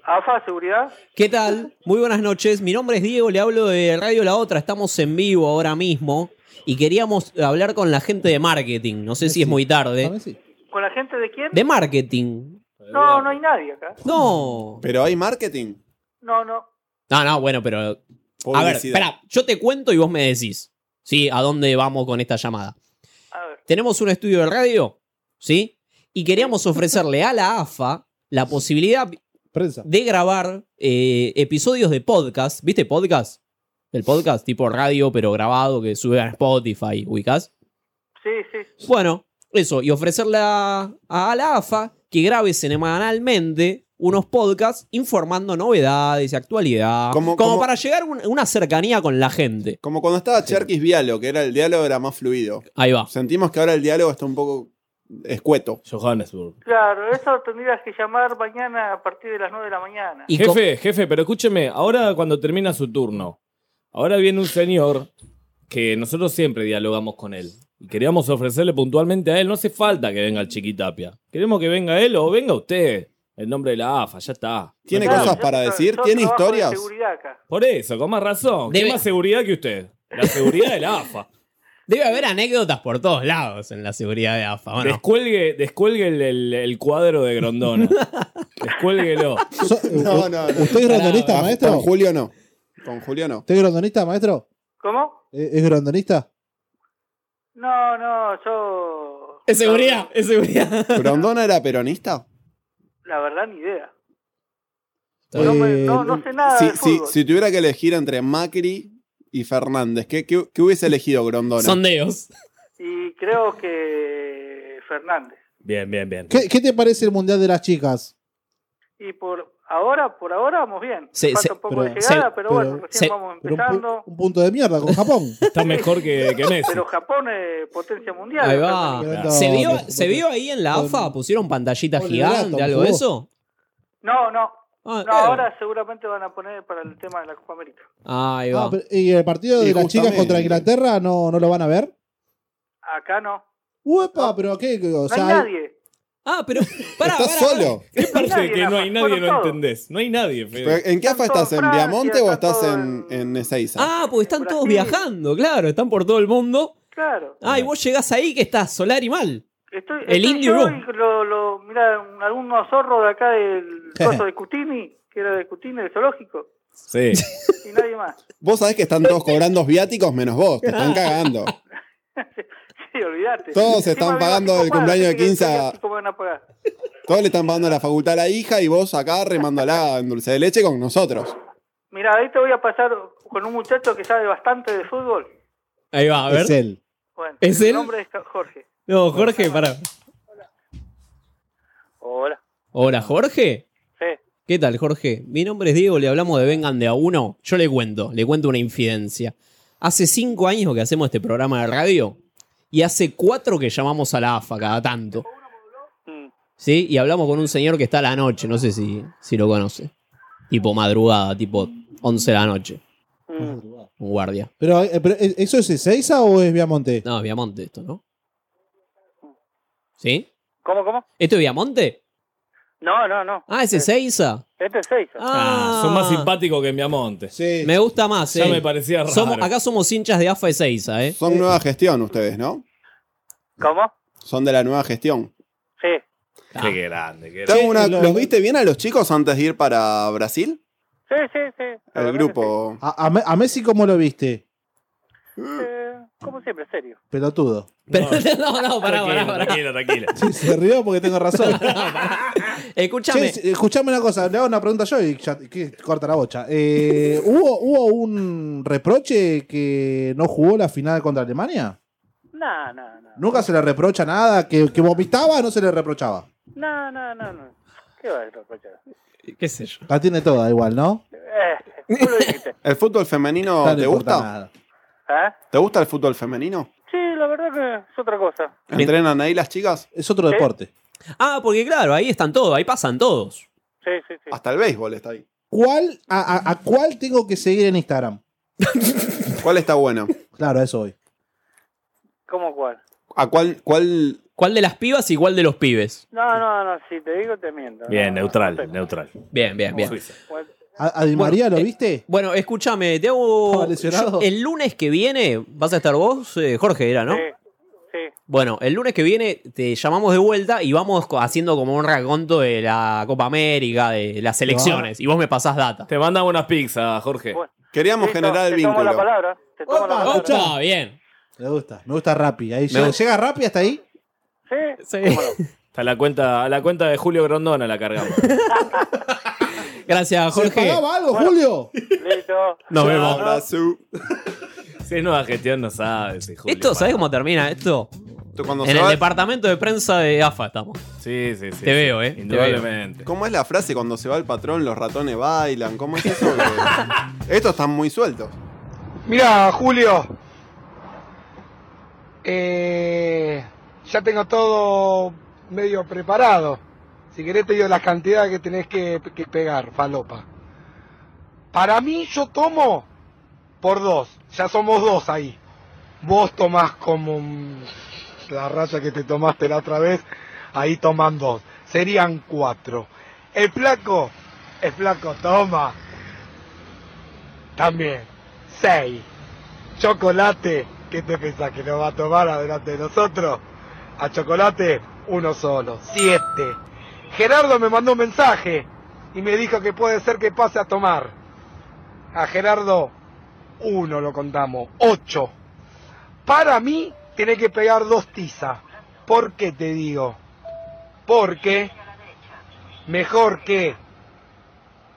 AFA, seguridad.
¿Qué tal? Muy buenas noches. Mi nombre es Diego, le hablo de Radio La Otra. Estamos en vivo ahora mismo. Y queríamos hablar con la gente de marketing. No sé si es muy tarde.
¿Con la gente de quién?
De marketing.
No, no hay nadie acá.
No.
Pero hay marketing.
No, no.
No, no, bueno, pero. A ver,
Publicidad.
espera, yo te cuento y vos me decís, ¿sí? ¿A dónde vamos con esta llamada? Tenemos un estudio de radio, ¿sí? Y queríamos ofrecerle a la AFA la posibilidad de grabar eh, episodios de podcast. ¿Viste podcast? El podcast tipo radio, pero grabado, que sube a Spotify, ubicás.
Sí, sí.
Bueno, eso, y ofrecerle a, a la AFA que grabe semanalmente unos podcasts informando novedades y actualidad.
Como-
Como,
como-
para llegar a un- una cercanía con la gente.
Como cuando estaba Cherkis Vialo, que era el diálogo era más fluido.
Ahí va.
Sentimos que ahora el diálogo está un poco escueto.
Johannesburg.
Claro, eso tendrías que llamar mañana a partir de las 9 de la mañana.
jefe, jefe, pero escúcheme, ahora cuando termina su turno, ahora viene un señor que nosotros siempre dialogamos con él. Y queríamos ofrecerle puntualmente a él, no hace falta que venga el Chiquitapia. Queremos que venga él o venga usted. El nombre de la AFA, ya está.
¿Tiene
No hay
cosas
problema.
para decir? ¿Tiene historias?
seguridad acá.
Por eso, con más razón. ¿Qué
Debe-
más seguridad que usted? La seguridad de la AFA.
Debe haber anécdotas por todos lados en la seguridad de AFA. ¿o no?
Descuelgue, descuelgue el, el- el cuadro de Grondona. Descuélguelo.
No, no, no.
eh, ¿Usted es grondonista,
Ah,
maestro?
Con Julio no. Con Julio no.
¿Usted es grondonista, maestro?
¿Cómo?
¿Es, es grondonista?
No, no, yo.
Es seguridad, es seguridad.
¿Grondona era peronista?
La verdad, ni idea.
Eh,
no, no sé nada
Si,
de
si-
fútbol.
si tuviera que elegir entre Macri y Fernández, ¿qué, qué- qué hubiese elegido Grondona?
Sondeos.
Y creo que Fernández.
Bien, bien, bien.
¿Qué, qué te parece el Mundial de las Chicas?
Y por ahora, por ahora vamos bien.
Se-
Falta
se-
un poco
pero-
de llegada,
se-
pero,
pero-
bueno, recién
se-
vamos
pero un pu-
empezando.
Un punto de mierda con Japón.
Está mejor que,
Pero Japón es potencia mundial.
Ahí
Japón.
va. ¿Se vio, ¿Se vio ahí en la AFA? ¿Pusieron pantallita
Con el
gigante,
gato,
algo
por
de
favor.
eso?
No, no.
No,
ahora seguramente van a poner para el tema de la Copa América.
Ahí va.
Ah, pero- ¿Y el partido de
Y
las
justamente-
chicas contra Inglaterra no, no lo van a ver?
Acá no.
Uepa, pero ¿qué? O
No hay
sea,
nadie.
Ah, pero. Pará,
¿Estás solo?
¿Qué parte de que no hay nadie
Fueron
no
todos.
entendés? No hay nadie,
Pero,
Fede.
¿En qué AFA estás? ¿En Viamonte o estás en, en Ezeiza?
Ah, porque están todos viajando, claro, están por todo el mundo.
Claro.
Ah, y vos llegás ahí que estás solar y mal.
Estoy,
El
estoy
indio
yo
Bro.
y lo, lo, mirá, un- algunos zorros de acá del coso de Cutini, que era de Cutini, del zoológico,
Sí.
y nadie más.
Vos sabés que están todos cobrando viáticos menos vos, te están cagando.
Sí, olvidate.
Todos se están
Encima
pagando
vivo
el
con
cumpleaños de
padres,
15 a-
así como van a pagar.
Todos le están pagando la facultad a la hija y vos acá remándola en dulce de leche con nosotros.
Mirá, ahí te voy a pasar con un muchacho que sabe bastante de fútbol.
Ahí va, a ver.
Es él.
Bueno,
¿Es
su
él?
nombre es Jorge.
No, Jorge, pará.
Hola.
Hola, Jorge.
Sí.
¿Qué tal, Jorge? Mi nombre es Diego, le hablamos de Vengan de a uno. Yo le cuento, le cuento una infidencia. Hace cinco años que hacemos este programa de radio y hace cuatro que llamamos a la AFA cada tanto.
Mm.
¿Sí? Y hablamos con un señor que está a la noche, no sé si, si lo conoce. Tipo madrugada, tipo 11 de la noche. Un guardia.
pero, eh, pero, eh, ¿eso es Ezeiza o es Viamonte?
No, es Viamonte esto, ¿no? ¿Sí?
¿Cómo, cómo?
¿Esto es Viamonte?
No, no, no.
Ah, ¿es Ezeiza?
Este es seis.
Ah, son más simpáticos que Miamonte.
Sí.
Me gusta más,
Ya
eh.
me parecía raro.
Somos- acá somos hinchas de AFA Ezeiza, eh.
Son nueva gestión ustedes, ¿no?
¿Cómo?
Son de la nueva gestión.
Sí.
Ah. Qué grande, qué
Tengo
grande.
una- ¿Los viste bien a los chicos antes de ir para Brasil?
Sí, sí, sí.
El grupo.
A, a Me- a Messi cómo lo viste?
Eh, como siempre, serio.
Pelotudo.
no, no, pará, pará, pará.
Tranquilo, tranquilo.
Se rió porque tengo razón.
Escúchame.
Che, escuchame una cosa, le hago una pregunta yo y ya que corta la bocha. Eh, ¿hubo, ¿Hubo un reproche que no jugó la final contra Alemania?
No, no, no.
¿Nunca se le reprocha nada? ¿Que, que vomitaba no se le reprochaba?
No, no, no, no. ¿Qué va a reprochar?
¿Qué sé yo?
La tiene toda igual, ¿no?
Eh, vos lo dijiste.
¿El fútbol femenino
No le
te
importa
gusta?
nada.
¿Eh?
¿Te gusta el fútbol femenino?
Sí, la verdad que es otra cosa.
¿Entrenan ahí las chicas?
Es otro
Sí.
deporte.
Ah, porque claro, ahí están todos, ahí pasan todos.
Sí, sí, sí.
Hasta el béisbol está ahí.
¿Cuál, a, a- a cuál tengo que seguir en Instagram?
¿Cuál está bueno?
Claro, a eso hoy.
¿Cómo cuál?
¿A cuál, cuál...
¿Cuál de las pibas y cuál de los pibes?
No, no, no. Si te digo, te miento.
Bien, neutral, neutral.
Bien, bien, bien.
¿A, a Di María lo viste?
Bueno, escúchame, te hago. yo-
lesionado?
el lunes que viene, ¿vas a estar vos, eh, Jorge? Era, ¿no?
Sí, sí.
Bueno, el lunes que viene te llamamos de vuelta y vamos co- haciendo como un raconto de la Copa América, de las elecciones. Y vos me pasás data.
Te mandan unas pizzas, Jorge.
Queríamos
Listo, te tomo la palabra. Te tomo la palabra.
Está bien.
Me gusta, me gusta Rappi. Ahí llega, llega Rappi hasta ahí.
Sí.
A la cuenta, a la cuenta de Julio Grondona la cargamos.
Gracias,
¿Se pagaba algo, Julio?
Listo.
Nos vemos.
Abrazo.
Si es nueva gestión, no sabe. si Julio.
Esto, ¿sabés cómo termina esto?
cuando
en
se
el
va-
departamento de prensa de AFA estamos.
Sí, sí, sí.
Te veo, eh.
Indudablemente.
¿Cómo es la frase cuando se va el patrón, los ratones bailan? ¿Cómo es eso? Que- Estos están muy sueltos.
Mira, Julio, eh, ya tengo todo medio preparado. Si querés te digo las cantidades que tenés que, que pegar, falopa. Para mí yo tomo por dos, ya somos dos ahí. Vos tomás como mm, la raza que te tomaste la otra vez, ahí toman dos. Serían cuatro. El flaco, el flaco toma. También. Seis chocolate, ¿Qué te pensás que nos va a tomar adelante de nosotros? A chocolate, uno solo, siete. Gerardo me mandó un mensaje y me dijo que puede ser que pase a tomar. A Gerardo, uno lo contamos, ocho. Para mí, tiene que pegar dos tizas. ¿Por qué te digo? Porque mejor que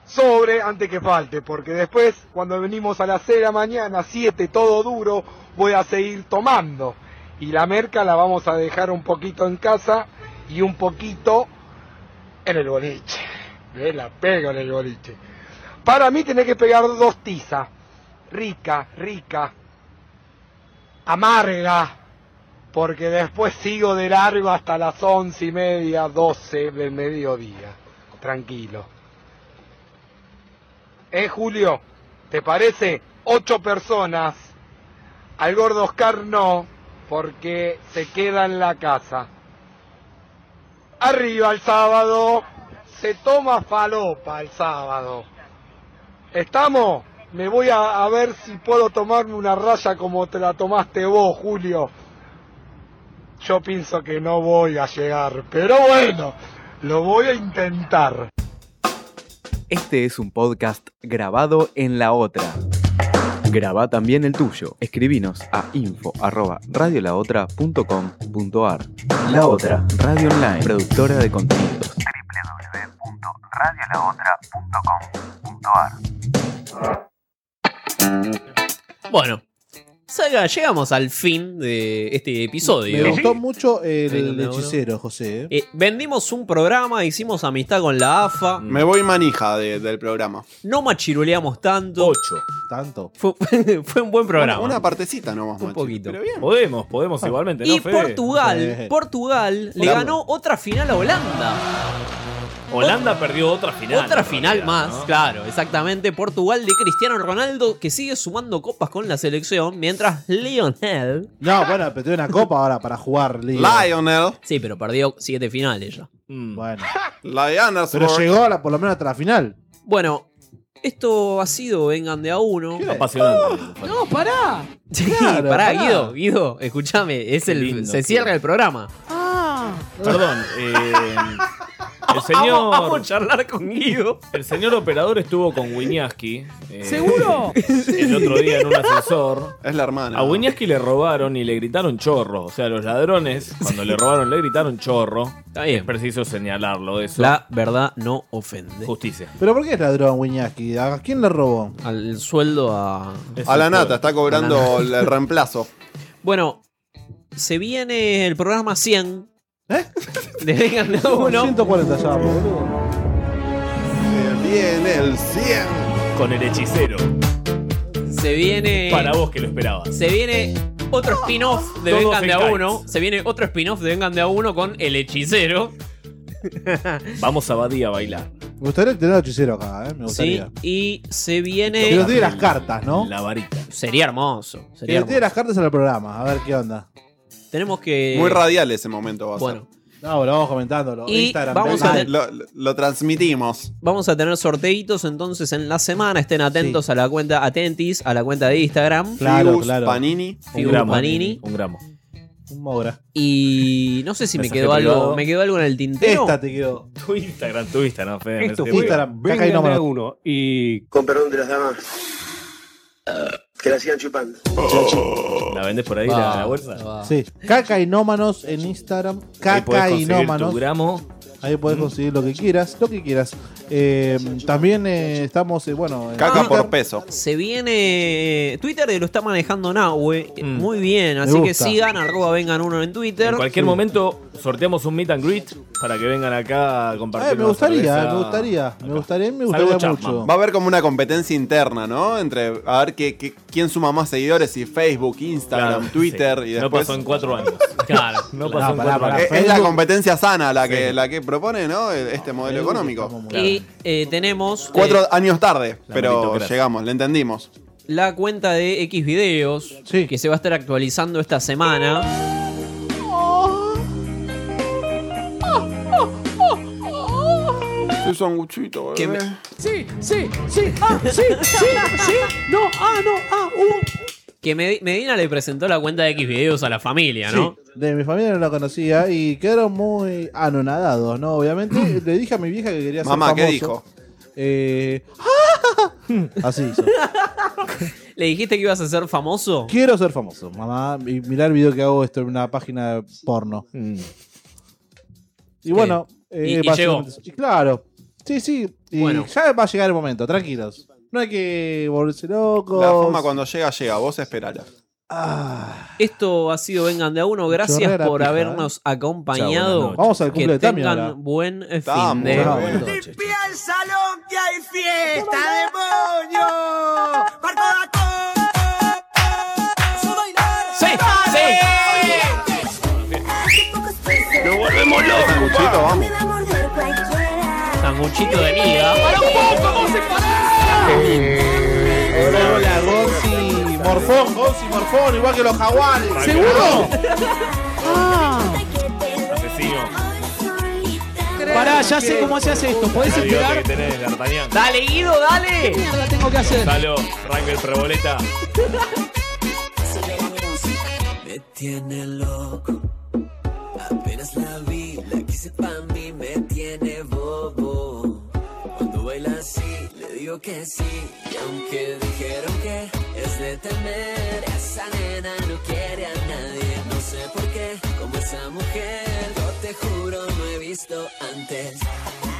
sobre antes que falte, porque después, cuando venimos a las 6 de la mañana, 7, todo duro, voy a seguir tomando. Y la merca la vamos a dejar un poquito en casa y un poquito en el boliche. ¿Eh? La pego en el boliche. Para mí tenés que pegar dos tizas. Rica, rica. Amarga. Porque después sigo de largo hasta las once y media, doce del mediodía. Tranquilo. ¿Eh, Julio? ¿Te parece? Ocho personas. Al gordo Oscar no, porque se queda en la casa. Arriba el sábado. Se toma falopa el sábado. ¿Estamos? Me voy a, a ver si puedo tomarme una raya como te la tomaste vos, Julio. Yo pienso que no voy a llegar, pero bueno, lo voy a intentar.
Este es un podcast grabado en la otra. Graba también el tuyo. Escribinos a info@radiolaotra.com.ar. La otra, radio online, productora de contenidos.
Bueno, Saga, llegamos al fin de este episodio.
Me gustó mucho el
Venga, uno.
hechicero, José.
Eh, vendimos un programa, hicimos amistad con la AFA.
Mm.
Me voy manija de- del programa.
No machiruleamos tanto. Ocho.
Tanto.
Fue, fue un buen programa.
Una, una partecita nomás,
Un poquito.
Podemos, podemos igualmente, ¿no,
y
Fede?
Portugal,
Sí.
Portugal le
Holanda.
ganó otra final a Holanda.
Holanda perdió otra final.
Otra
en
final
realidad,
más,
¿no?
claro, exactamente. Portugal de Cristiano Ronaldo que sigue sumando copas con la selección, mientras Lionel.
No, bueno, pero tiene una copa ahora para jugar. Liga.
Sí, pero perdió siete finales ya.
Mm.
Bueno.
Lionel.
Pero llegó a la- por lo menos hasta la final.
Bueno, esto ha sido Vengan de a uno.
Apasionante.
No, pará. Sí,
Ah, Claro,
pará,
pará.
Guido, Guido, escúchame, es el
lindo,
se cierra el programa.
Ah. Perdón. eh, el señor.
Vamos- vamos a charlar con Guido.
El señor operador estuvo con Winiaski.
¿Seguro?
El otro día en un ascensor.
Es la hermana.
A Winiaski le robaron y le gritaron chorro. O sea, los ladrones, cuando le robaron, le gritaron chorro. Es preciso señalarlo eso.
La verdad no ofende.
Justicia.
¿Pero por qué es ladrón Wiñaski? ¿A quién le robó?
Al sueldo a.
A la nata, está cobrando
A la nata.
el reemplazo.
Bueno, se viene el programa 100. ¿Eh? De Vengan de a uno.
140 ya, boludo.
Viene el 100.
Con el hechicero.
Se viene.
Para vos que lo esperabas.
Se viene otro spin-off de
Todos
Vengan de a
en
uno. Se viene otro spin-off de Vengan de a uno con El Hechicero.
Vamos a Badía a bailar.
Me gustaría tener a hechicero acá, ¿eh? Me
Sí,
gustaría.
y se viene.
Que nos tire las cartas, ¿no?
La varita.
Sería hermoso.
Que
Sería
nos tire
hermoso.
las cartas al programa, a ver qué onda.
Tenemos que.
Muy radial ese momento va a
Bueno.
ser. Ah,
No, lo vamos comentando. Lo,
Y
Instagram,
vamos
Facebook.
a ver-
Lo, lo transmitimos.
Vamos a tener sorteitos entonces en la semana. Estén atentos a la cuenta, atentis a la cuenta de Instagram.
Claro, Figus claro.
Panini.
Figus
gramo.
Panini.
Un gramo.
Un mogra.
Y no sé si me
Mensaje
quedó algo.
privado.
¿Me quedó algo en el tintero?
Esta te quedó.
Tu Instagram, tu Instagram, Fede.
Es
mensaje
tu
privado.
Instagram. Vengan Acá hay número. de
uno. Y
Con perdón de las damas. Que la sigan chupando.
Oh.
la vendés por ahí
Va,
la, la bolsa.
Sí, cacainómanos en Instagram.
Ahí podés conseguir
Cacainómanos.
tu gramo.
Ahí podés conseguir lo que quieras, lo que quieras. Eh, también eh, estamos, eh, bueno. en
Caca
Twitter.
por peso.
Se viene. eh, Twitter lo está manejando Nahue. eh, Muy bien.
Me
Así que
gusta.
sigan, arroba vengan uno en Twitter.
En cualquier momento sorteamos un meet and greet para que vengan
Ah,
acá a compartir.
Eh, me
una
gustaría,
cerveza.
me gustaría, me gustaría, me gustaría mucho.
Va a haber como una competencia interna, ¿no? Entre a ver qué, qué- quién suma más seguidores, si Facebook, Instagram,
Claro,
Twitter
sí.
y
No
después.
pasó en cuatro años. Claro, Ah, no pasó en cuatro años.
Es, es la competencia sana la que, la que propone, ¿no? Este modelo económico.
Y eh, tenemos. eh,
Cuatro años tarde,
La
pero
meritocracia.
llegamos, le entendimos.
la cuenta de X videos que se va a estar actualizando esta semana.
Oh, oh,
Soy sanguchito,
Que me-
bebé.
Sí, sí, sí, ah, sí, sí, sí. No, ah, no, ah, uh.
Que Medi- Medina le presentó la cuenta de X videos a la familia, ¿no?
Sí, de mi familia no la conocía y quedaron muy anonadados, ¿no? Obviamente le dije a mi vieja que quería ser
Mamá, ¿qué
famoso.
dijo?
Eh, ¡Ah! así hizo.
¿Le dijiste que ibas a ser famoso?
Quiero ser famoso, mamá. Y mirar el video que hago esto en una página de porno. Y bueno,
Mm.
eh,
Y- y
básicamente
llegó.
eso. claro. Sí, sí. Y
Bueno.
ya va a llegar el momento, tranquilos. No hay que volverse locos.
La forma cuando llega, llega. Vos esperala.
Esto ha sido Vengan de a uno. Gracias
Chorrera
por
pija,
habernos
Chao,
acompañado.
buenas noches. Vamos al cumple
que
de Tami
tengan
ahora.
buen eh, fin
Vamos,
de
chao, buenas
¡Limpia el salón que hay fiesta, demonio! ¡Marco
¡Sí!
¡Lo volvemos loco!
vamos.
Sanguchito de miga.
Hola, Gonzi. Morfón, Gonzi, Morfón, igual que los jaguares. Ah. ¿Seguro?
Asesino.
Pará, ya sé cómo se hace esto. ¿Podés
Adiós,
esperar?
que tenés, D'Artagnan.
Dale, Guido, dale.
¿Qué mierda tengo que hacer?
Salo, Rangel Preboleta.
Me tiene loco. Apenas la vi, la quise pa' mí, me tiene bobo. Cuando baila así, le digo que sí. Y aunque dijeron que es de temer, esa nena no quiere a nadie. No sé por qué, como esa mujer, yo te juro, no he visto antes.